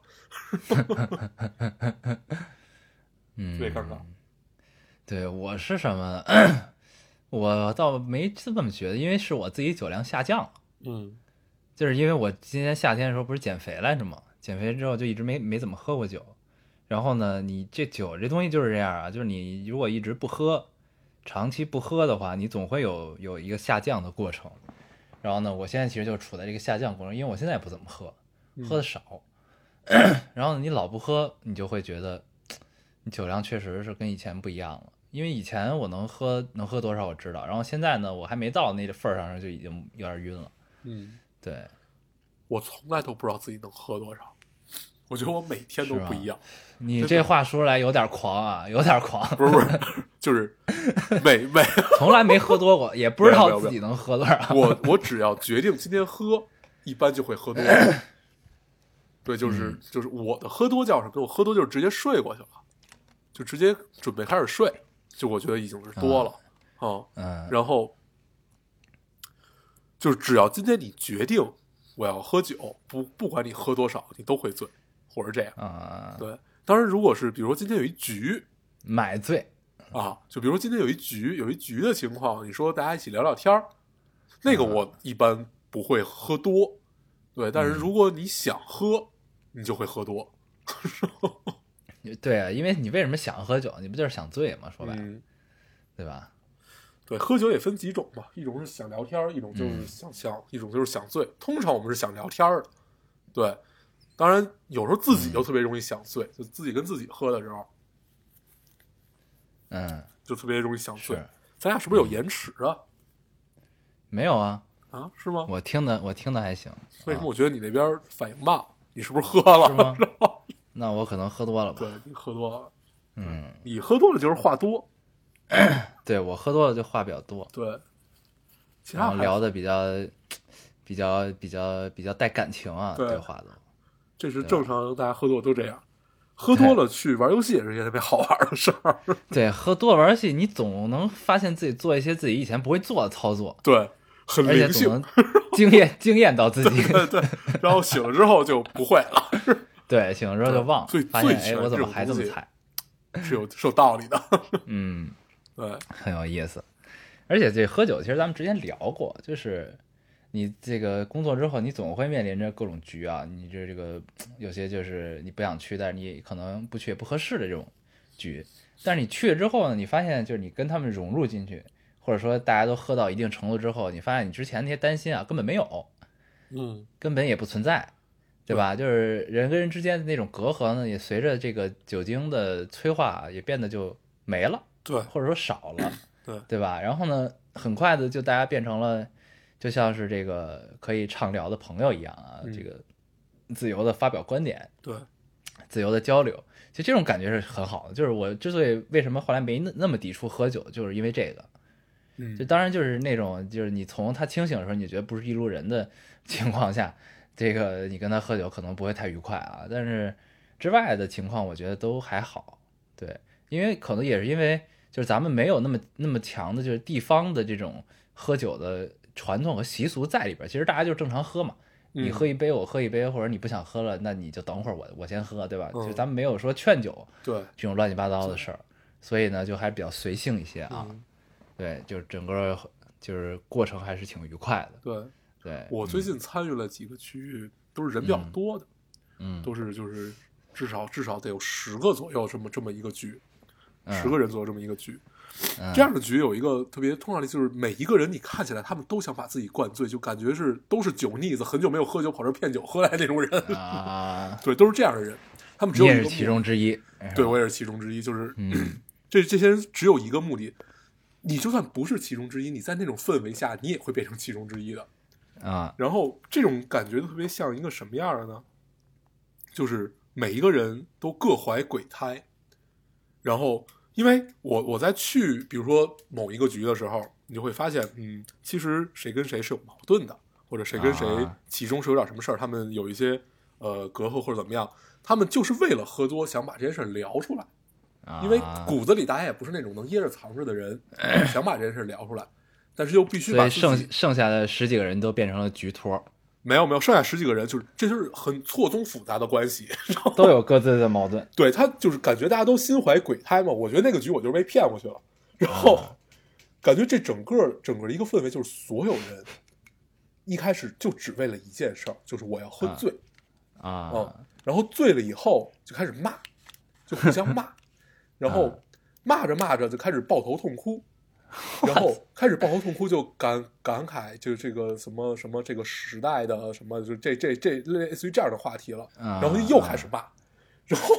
嗯，对，尴尬。对我是什么？ 我倒没这么觉得，因为是我自己酒量下降了，嗯就是因为我今年夏天的时候不是减肥来着嘛，减肥之后就一直没没怎么喝过酒。然后呢，你这酒这东西就是这样啊，就是你如果一直不喝，长期不喝的话，你总会有有一个下降的过程。然后呢，我现在其实就处在这个下降过程，因为我现在也不怎么喝，嗯喝的少。 然后你老不喝，你就会觉得你酒量确实是跟以前不一样了。因为以前我能喝能喝多少我知道，然后现在呢，我还没到那个份儿上就已经有点晕了。嗯，对，我从来都不知道自己能喝多少，我觉得我每天都是吧不一样。你这话说出来有点狂啊，有点狂，不是不是， 就是每每 从来没喝多过，也不知不道要不要自己能喝多少。 我我只要决定今天喝，一般就会喝多。对，就是、嗯就是我的喝多叫什么？我喝多就是直接睡过去了，就直接准备开始睡，就我觉得已经是多了啊、嗯然后就是只要今天你决定我要喝酒，不不管你喝多少，你都会醉，或者这样。啊、对，当然如果是比如说今天有一局，买醉，啊，就比如今天有一局，有一局的情况，你说大家一起聊聊天儿，那个嗯我一般不会喝多，对，但是嗯如果你想喝，你就会喝多，对啊，因为你为什么想喝酒？你不就是想醉吗？说白了，嗯，对吧？对，喝酒也分几种嘛，一种是想聊天儿，一种就是嗯想想，一种就是想醉。通常我们是想聊天儿的，对，当然有时候自己就特别容易想醉，就自己跟自己喝的时候嗯，就特别容易想醉是。嗯咱俩是不是有延迟啊？没有啊，啊，是吗？我听的我听的还行。为什么我觉得你那边反应慢？你是不啊是喝了？是吗？那我可能喝多了吧 对。你喝多了，嗯，你喝多了就是话多，对我喝多了就话比较多，对，其然他后还聊的比较、比较、比较、比较带感情啊，对这话都。这是正常，大家喝多都这样。喝多了去玩游戏也是一件特别好玩的事儿，对，喝多了玩游戏，你总能发现自己做一些自己以前不会做的操作，对，很而且灵总性能，惊艳惊艳到自己。 对对。然后醒了之后就不会了，对，醒了之后就忘了醉，发现醉哎，拳我怎么这种还这么东西菜？是有是有道理的。嗯，对，很有意思。而且这喝酒，其实咱们之前聊过，就是你这个工作之后，你总会面临着各种局啊，你这这个有些就是你不想去，但是你可能不去也不合适的这种局。但是你去了之后呢，你发现就是你跟他们融入进去，或者说大家都喝到一定程度之后，你发现你之前那些担心啊根本没有，嗯，根本也不存在。对吧？就是人跟人之间的那种隔阂呢，也随着这个酒精的催化，啊也变得就没了，对或者说少了，对对吧？然后呢，很快的就大家变成了，就像是这个可以畅聊的朋友一样啊，嗯这个自由的发表观点，对，自由的交流。其实这种感觉是很好的，就是我之所以为什么后来没那那么抵触喝酒，就是因为这个。嗯就，当然就是那种，就是你从他清醒的时候，你觉得不是一路人的 情况下，这个你跟他喝酒可能不会太愉快啊。但是之外的情况，我觉得都还好。对，因为可能也是因为就是咱们没有那么那么强的，就是地方的这种喝酒的传统和习俗在里边儿。其实大家就正常喝嘛，你嗯喝一杯我喝一杯，或者你不想喝了，那你就等会儿我我先喝，对吧？嗯就是咱们没有说劝酒对，这种乱七八糟的事儿，所以呢就还比较随性一些啊。嗯对，就是整个就是过程还是挺愉快的。对对，我最近参与了几个区域，都是人比较多的，嗯都是就是至少至少得有十个左右这么这么一个局，嗯十个人左右这么一个局。嗯这样的局有一个特别通常的，就是每一个人你看起来他们都想把自己灌醉，就感觉是都是酒腻子，很久没有喝酒跑这儿骗酒喝来那种人，啊， 对，都是这样的人。他们只你有也一是个其目中之一。是对吧我也是其中之一，就是嗯， 这这些人只有一个目的。你就算不是其中之一，你在那种氛围下，你也会变成其中之一的。啊，然后这种感觉特别像一个什么样的呢？就是每一个人都各怀鬼胎，然后因为我我在去比如说某一个局的时候，你就会发现，嗯，其实谁跟谁是有矛盾的，或者谁跟谁啊其中是有点什么事儿，他们有一些呃隔阂或者怎么样，他们就是为了喝多想把这件事儿聊出来。啊因为骨子里大家也不是那种能掖着藏着 的人，想把这件事聊出来，但是又必须所把以自剩己剩下的十几个人都变成了局托 儿，没有没有剩下十几个人，就是这就是很错综复杂的关系。 都有各自的矛盾。对他就是感觉大家都心怀鬼胎嘛，我觉得那个局我就是被骗过去了，然后感觉这整个整个一个氛围就是所有人一开始就只为了一件事儿，就是我要喝醉，啊嗯，然后醉了以后就开始骂，就互相骂，然后骂着骂着就开始抱头痛哭，然后开始抱头痛哭就感感慨就这个什么什么这个时代的什么就这这这类似于这样的话题了，啊然后又开始骂， 然后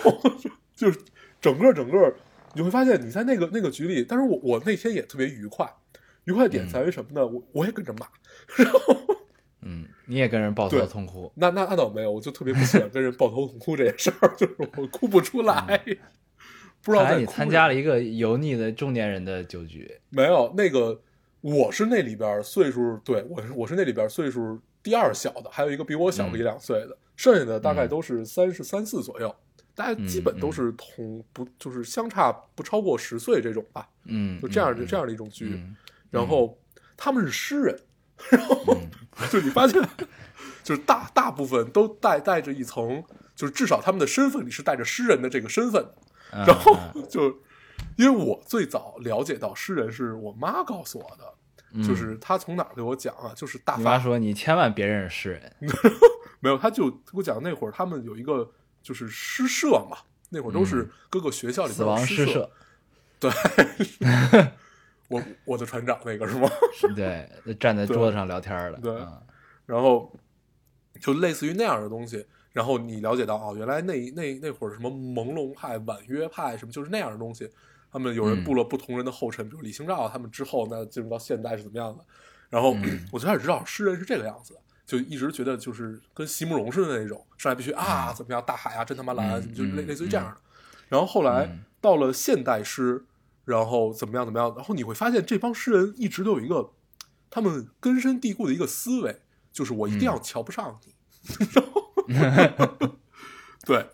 就是整个整个你会发现你在那个那个局里，但是我我那天也特别愉快，愉快点在于什么呢？我我也跟着骂，嗯，你也跟人抱头对痛哭。那那那倒没有，我就特别不喜欢跟人抱头痛哭这件事儿， 就是我哭不出来，不知嗯道看在来你哭参什加么了一个油腻的中年人的酒局没有那个，我是那里边儿岁数，对我是我是那里边儿岁数第二小的，还有一个比我嗯小个一两岁的，剩下的大概都是三十三四左右，大家嗯基本都是同、不就是相差不超过十岁这种吧，嗯，就这样嗯的、这样的一种局，嗯嗯然后他们是诗人， 然后就你发现， 就是大大部分都带带着一层，就是至少他们的身份里是带着诗人的这个身份的，嗯然后 嗯就因为我最早了解到诗人是我妈告诉我的，就是她从哪儿给我讲啊，就是大嗯你妈发说你千万别认识诗人没有，她就给我讲那会儿他们有一个就是诗社嘛，那会儿都是各个学校嗯里死面有亡诗社社，，对，我我的船长那个是吗？ 对，站在对桌子上聊天儿的，对嗯然后就类似于那样的东西。然后你了解到啊，原来那那那会儿什么朦胧派、婉约派什么，就是那样的东西。他们嗯有人步了不同人的后尘，比如李清照他们之后，那进入到现代是怎么样的？然后、嗯 我就开始知道诗人是这个样子的，就一直觉得就是跟席慕容似的那种，上来必须啊怎么样，大海啊真他妈蓝，嗯就类嗯类似于这样的。然后后来到了现代诗，然后怎么样怎么样，然后你会发现这帮诗人一直都有一个他们根深蒂固的一个思维，就是我一定嗯要瞧不上你。然后，对，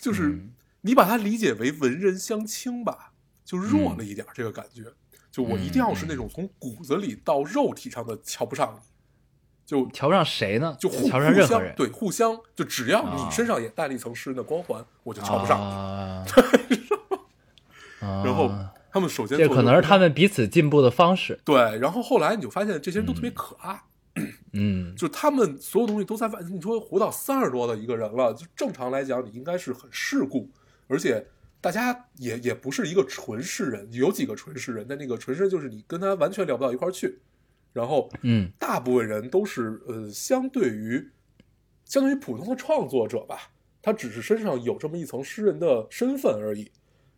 就是嗯你把它理解为文人相轻吧，就嗯弱了一点儿这个感觉。就我一定要是那种从骨子里到肉体上的瞧不上你，就瞧不上谁呢？就互瞧不上任互何相人，对互相，就只要啊你身上也带了一层诗人的光环，我就啊，瞧不上你。 然后啊他们首先这做可出能是这他们彼此进步的方式。对，然后后来你就发现这些人都特别可爱，嗯就是他们所有东西都在外。你说活到三十多的一个人了，就正常来讲，你应该是很世故，而且大家也也不是一个纯世人，有几个纯世人，但那个纯世人就是你跟他完全聊不到一块儿去。然后，嗯大部分人都是呃，相对于相当于普通的创作者吧，他只是身上有这么一层诗人的身份而已。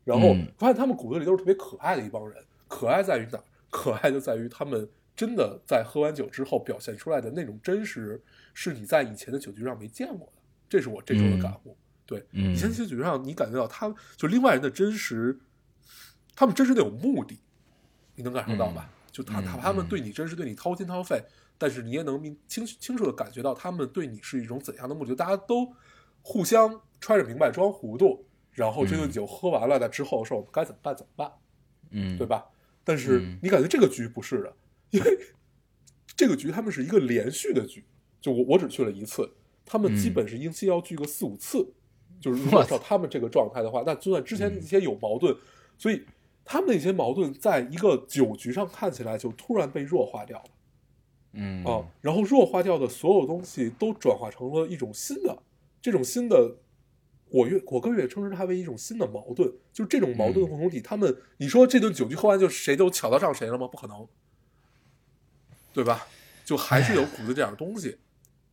然后嗯发现他们骨子里都是特别可爱的一帮人，可爱在于哪儿？可爱就在于他们真的在喝完酒之后表现出来的那种真实，是你在以前的酒局上没见过的。这是我这周的感悟。对，嗯以前酒局上你感觉到他们就另外人的真实，他们真实的有目的，你能感受到吧？就他他嗯他们嗯对你真是对你掏心掏肺，但是你也能明清清楚的感觉到他们对你是一种怎样的目的，大家都互相揣着明白装糊涂，然后这顿嗯酒喝完了，那之后的事儿我们该怎么办怎么办，嗯，对？吧？但是嗯你感觉这个局不是的，因为 这个局他们是一个连续的局，就我我只去了一次，他们基嗯本是一期要聚个四五次，就是如果哇塞嗯照他们这个状态的话，那就算之前那些有矛盾，所以他们那些矛盾在一个酒局上看起来就突然被弱化掉了。嗯，啊，然后弱化掉的所有东西都转化成了一种新的，这种新的，我越我更愿意称之它为一种新的矛盾，就这种矛盾的嗯共同体。他们，你说这顿酒局喝完就谁都抢到上谁了吗？不可能，对吧？就还是有骨子这样的东西。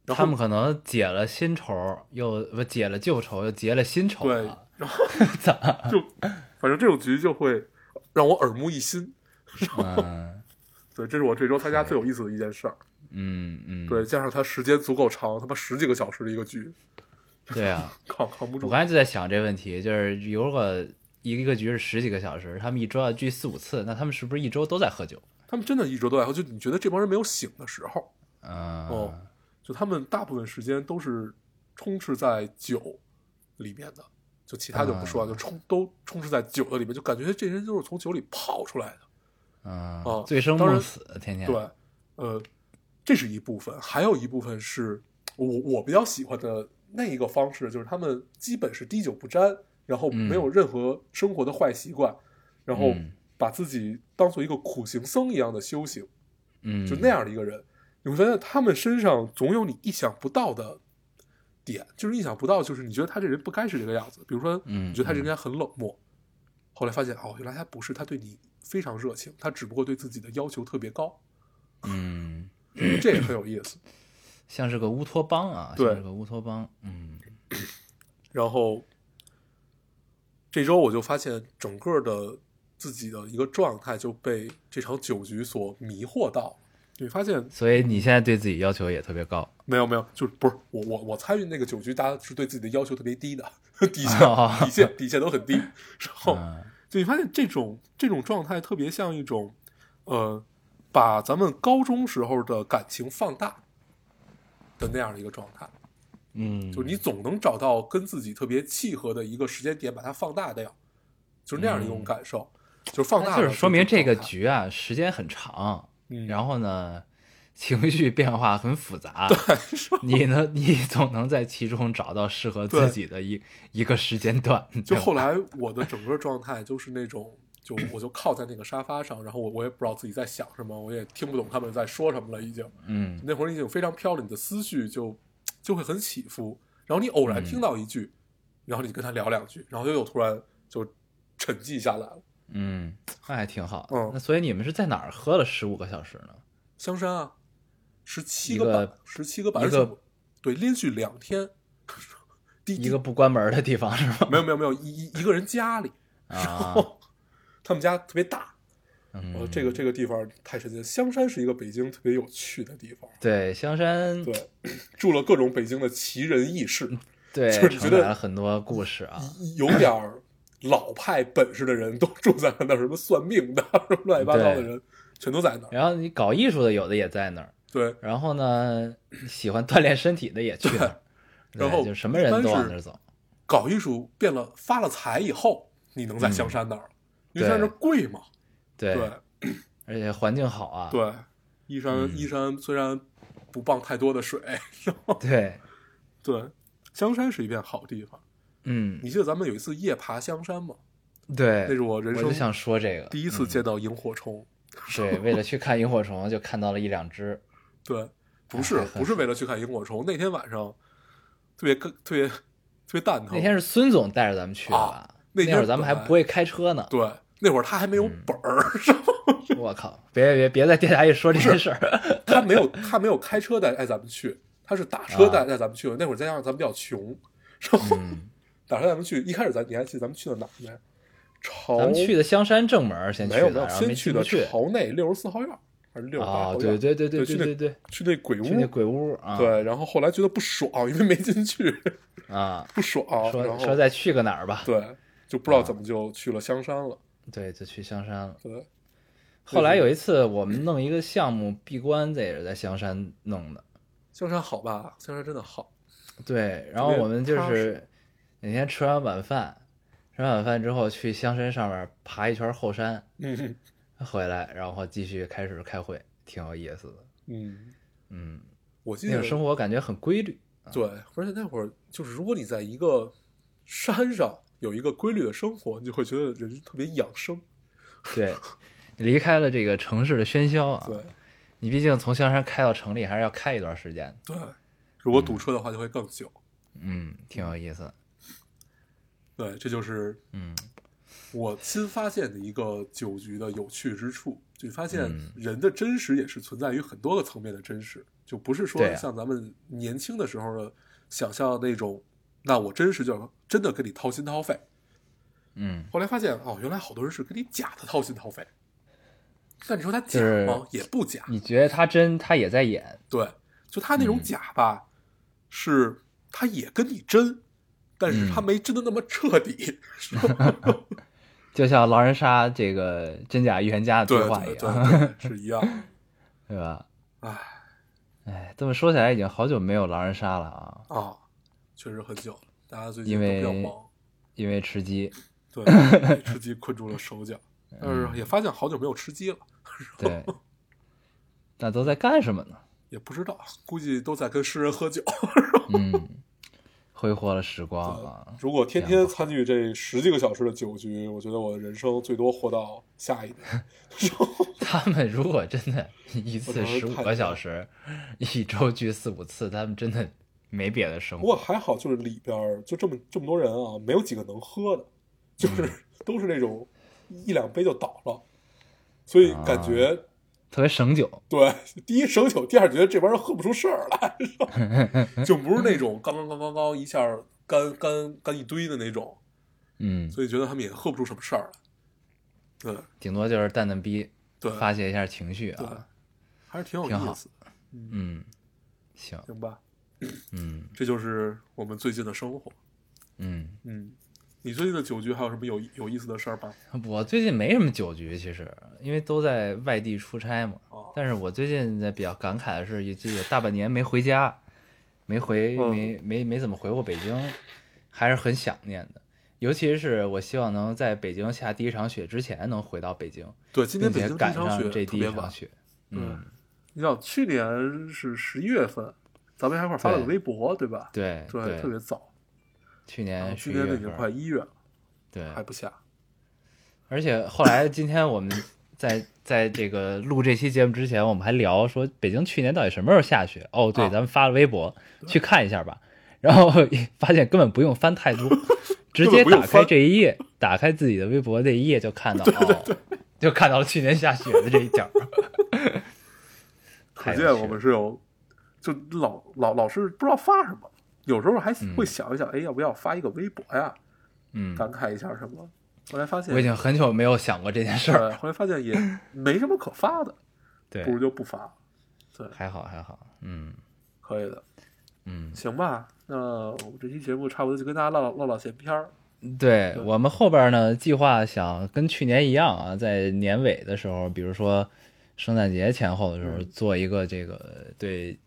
然他们后可能解了新仇，又不解了旧仇，又结了新仇对了。，然后 就反正这种局就会让我耳目一新。嗯对，这是我这周参加最有意思的一件事儿。嗯嗯，对，加上它时间足够长，他妈十几个小时的一个局，对 啊！扛扛不我住。刚才就在想这问题，就是如果一个局是十几个小时，他们一周要聚四五次，那他们是不是一周都在喝酒？他们真的一直都在喝，就你觉得这帮人没有醒的时候，嗯，哦就他们大部分时间都是充斥在酒里面的，就其他就不说了，啊就充都充斥在酒的里面，就感觉这人就是从酒里泡出来的。嗯，哦醉生当然梦死，天天对，呃，这是一部分，还有一部分是我我比较喜欢的那一个方式，就是他们基本是滴酒不沾，然后没有任何生活的坏习惯，然后嗯把自己当做一个苦行僧一样的修行。嗯，就那样的一个人，你会发现他们身上总有你意想不到的点，就是意想不到，就是你觉得他这人不该是这个样子。比如说，嗯你觉得他这人应该很冷漠，后来发现哦，原来他不是，他对你非常热情，他只不过对自己的要求特别高，嗯， 这也很有意思。像是个乌托邦啊，对像是个乌托邦。嗯然后这周我就发现整个的自己的一个状态就被这场酒局所迷惑到了。你会发现，所以你现在对自己要求也特别高。没有没有，就是不是我我我参与那个酒局，大家是对自己的要求特别低的， 底线哦底线底线都很低。然后嗯就你发现这种这种状态特别像一种，呃，把咱们高中时候的感情放大的那样的一个状态，嗯，就是你总能找到跟自己特别契合的一个时间点，把它放大掉，就是那样的一种感受，就是放大那了哎就是说明这个种状态，局啊时间很长，嗯，然后 呢情绪变化很复杂，你能 你总能在其中找到适合对自己的一一个时间段。 就对吧后来我的整个状态就是那种，就我就靠在那个沙发上，然后我我也不知道自己在想什么，我也听不懂他们在说什么了，已经。嗯那会儿已经非常飘了，你的思绪就就会很起伏。然后你偶嗯然听到一句，然后你跟他聊两句，然后又又突然就沉寂下来了。嗯，那还挺好。嗯那所以你们是在哪儿喝了十五个小时呢？香山啊，十七一个个板，十七个板一是个怎么，对，连续两天，第一个不关门的地方是 吗？没有没有没有一一一个人家里，啊，他们家特别大，呃，嗯，这个这个地方太神奇了。香山是一个北京特别有趣的地方，对香山，对，住了各种北京的奇人异事，对就是觉承载得了很多故事啊。有点儿老派本事的人都住在那儿，什么算命的、什么乱七八糟的人，全都在那儿。然后你搞艺术的有的也在那儿，对，然后呢， 喜欢锻炼身体的也去那儿，对然后就什么人都往那一般儿是走。搞艺术变了发了财以后，你能在香山那儿了，因为香山嗯对贵嘛。对，啊对而且环境好啊。对，依嗯山依山虽然不傍太多的水，对对，香山是一片好地方。嗯，你记得咱们有一次夜爬香山吗？对，那是我人我生就想说这个嗯第一次见到萤火虫。对， 为了去看萤火虫，就看到了一两只。对，不是哎不是为了去看萤火虫，那天晚上特别特别特别蛋疼。那天是孙总带着咱们去的吧？啊那天会儿咱们还本来不会开车呢。对，那会儿他还没有嗯本儿，是吧？我靠！别别别在电台里说这件事儿。他没有他没有开车带带咱们去，他是打车带啊嗯带咱们去的。那会儿再加上咱们比较穷，然后 打车带咱们去。一开始咱你还记得咱们去的哪儿呢？朝咱们去的香山正门儿先去哦没的，有没有，然后先没去进的去。朝内六十四号院儿还是六十八号啊，院儿？对对对对去对那对对，去那鬼屋，去那鬼屋啊，对，然后后来觉得不爽，因为没进去，啊， 不爽，然说啊后说再去个哪儿吧，对，就不知道怎么就去了香山了。对，就去香山了。对，后来有一次我们弄一个项目闭关，这也是在香山弄的，香山好吧？香山真的好，对，然后我们就是哪天吃完晚饭，吃完晚饭之后去香山上面爬一圈后山，嗯回来然后继续开始开会，挺有意思的。嗯，嗯，我记那得种生活感觉很规律。对，而且那会儿就是，如果你在一个山上有一个规律的生活，你就会觉得人特别养生。对，离开了这个城市的喧嚣啊，对你毕竟从香山开到城里还是要开一段时间的。对，如果堵车的话就会更久。嗯，挺有意思的。对，这就是嗯，我新发现的一个酒局的有趣之处，就发现嗯人的真实也是存在于很多个层面的真实，就不是说对啊像咱们年轻的时候的想象那种，那我真实就真的跟你掏心掏肺。嗯，后来发现哦，原来好多人是跟你假的掏心掏肺。但你说他就假是吗？也不假，你觉得他真，他也在演。对，就他那种嗯假吧，是他也跟你真，但是他嗯没真的那么彻底。 就像狼人杀这个真假预言家的对对话一对样，对， 对是一样的。对吧？唉哎，这么说起来，已经好久没有狼人杀了啊，啊，确实很久了，大家最近因都比较为忙，因为吃鸡。对， 被吃鸡困住了手脚，但嗯是也发现好久没有吃鸡了， 对，那都在干什么呢？也不知道，估计都在跟诗人喝酒。嗯，挥霍了时光啊。如果天天参与这十几个小时的酒局，我觉得我的人生最多活到下一年。他们如果真的一次我觉得十五太个小时，一周聚四五次，他们真的没别的生不过活。还好，就是里边儿就这么这么多人啊，没有几个能喝的，就是都是那种一两杯就倒了，所以感觉、特别省酒，对，第一省酒，第二觉得这帮人喝不出事儿来，是吧就不是那种刚刚刚刚刚一下干干干一堆的那种，嗯，所以觉得他们也喝不出什么事儿来。对顶多就是淡淡逼，对发泄一下情绪对啊。，还是挺有挺好意思的，嗯，行，行吧？ 嗯这就是我们最近的生活。嗯，嗯，你最近的酒局还有什么有有意思的事儿吗？我最近没什么酒局，其实因为都在外地出差嘛。哦但是我最近在比较感慨的是，也就有大半年没回家，没回嗯没没没怎么回过北京，还是很想念的。尤其是我希望能在北京下第一场雪之前能回到北京，对，今并天北且京第一赶场上雪这特第别一场晚，雪。嗯嗯，，你想去年是十一月份，咱们还一块儿发了个对微博，对吧？对对，特别早。去然后年十今一天月都已经快份，一月了，对，还不下。而且后来今天我们在在这个录这期节目之前，我们还聊说北京去年到底什么时候下雪？哦，对，啊咱们发了微博去看一下吧。然后发现根本不用翻太 多， 直接打开这一页，打开自己的微博这一页就看到，哦，就看到了去年下雪的这一 角。可太见有趣我们了是有，就老老老是不知道发什么，有时候还会想一想，哎，要不要发一个微博呀，嗯，感慨一下什么？后来发现，我已经很久没有想过这件事儿对，了。后来发现也没什么可发的， 对不，如就不发，还好还好，嗯可以的，嗯。行吧？那我们这期节目差不多就跟大家唠唠唠唠闲篇儿，对我们后边呢，计划想跟去年一样啊，在年尾的时候，比如说圣诞节前后的时候，嗯做一个这个对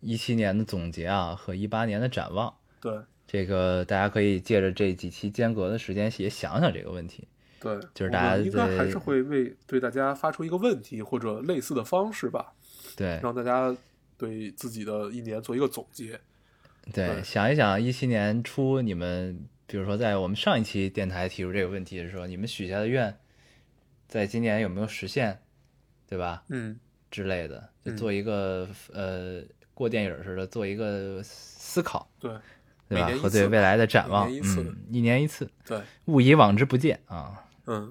一七年的总结啊和一八年的展望。对这个大家可以借着这几期间隔的时间也想想这个问题。对，就是我大家们应该还是在会为对大家发出一个问题或者类似的方式吧，对让大家对自己的一年做一个总结，对，对想一想一七年初你们，比如说在我们上一期电台提出这个问题的时候，你们许下的愿，在今年有没有实现，对吧？嗯，之类的，就嗯做一个、呃过电影似的做一个思考，对对吧每年一？次和对未来的展望，每年一次嗯，一年一次，对，勿以往之不见啊，嗯，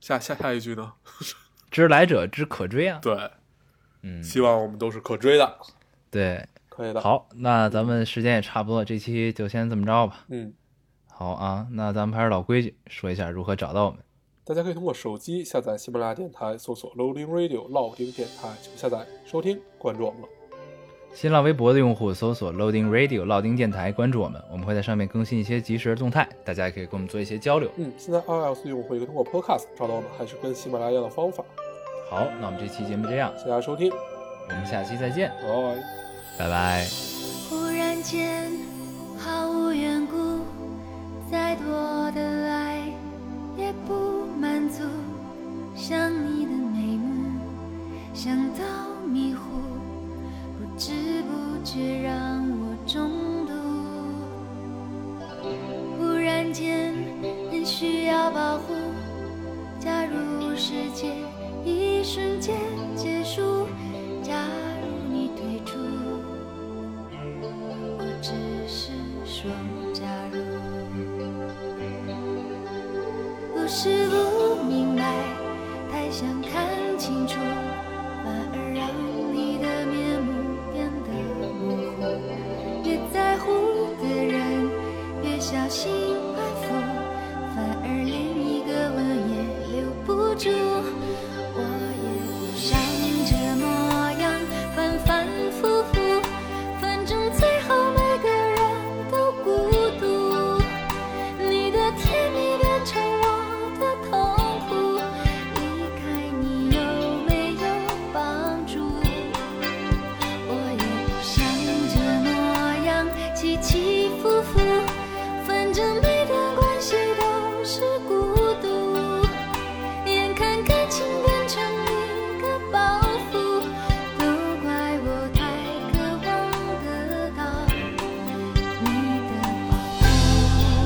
下下下一句呢？知来者之可追啊，对。嗯，希望我们都是可追的。对，可以的。，好，那咱们时间也差不多，这期就先这么着吧。嗯，好啊，那咱们还是老规矩，说一下如何找到我们。大家可以通过手机下载喜马拉雅电台，搜索 Loading Radio 老丁电台就下载收听，关注我们了。新浪微博的用户搜索 Loading Radio 老丁电台，关注我们，我们会在上面更新一些即时的动态，大家也可以跟我们做一些交流。嗯，现在 iOS 用户可以通过 Podcast 找到我们，还是跟喜马拉雅一样的方法。好，那我们这期节目这样，谢谢大家收听，我们下期再见，拜拜。拜拜。忽然间，毫无缘故，再多的爱也不满足。想你的眉目，想到迷糊，不知不觉让我中毒。忽然间，很需要保护。假如世界一瞬间结束，假如你退出。我只是说假如，不是不明白，太想看清楚，反而让你的面目变得模糊。越在乎的人，越小心安抚，反而连一个吻也留不住。我也不想这模样反反复复。反正最后每个人都孤独。你的甜蜜变成我的痛苦，离开你有没有帮助？我也不想这模样起起伏伏，反正每段关系都是孤独。眼看感情变成一个包袱，都怪我太渴望得到你的保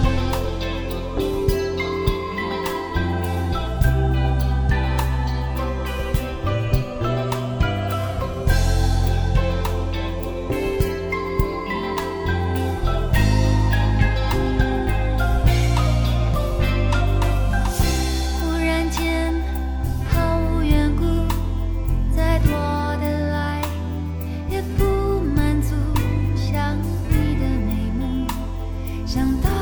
护。忽然间，毫无缘故，再多的爱。也不满足，想你的眉目，想到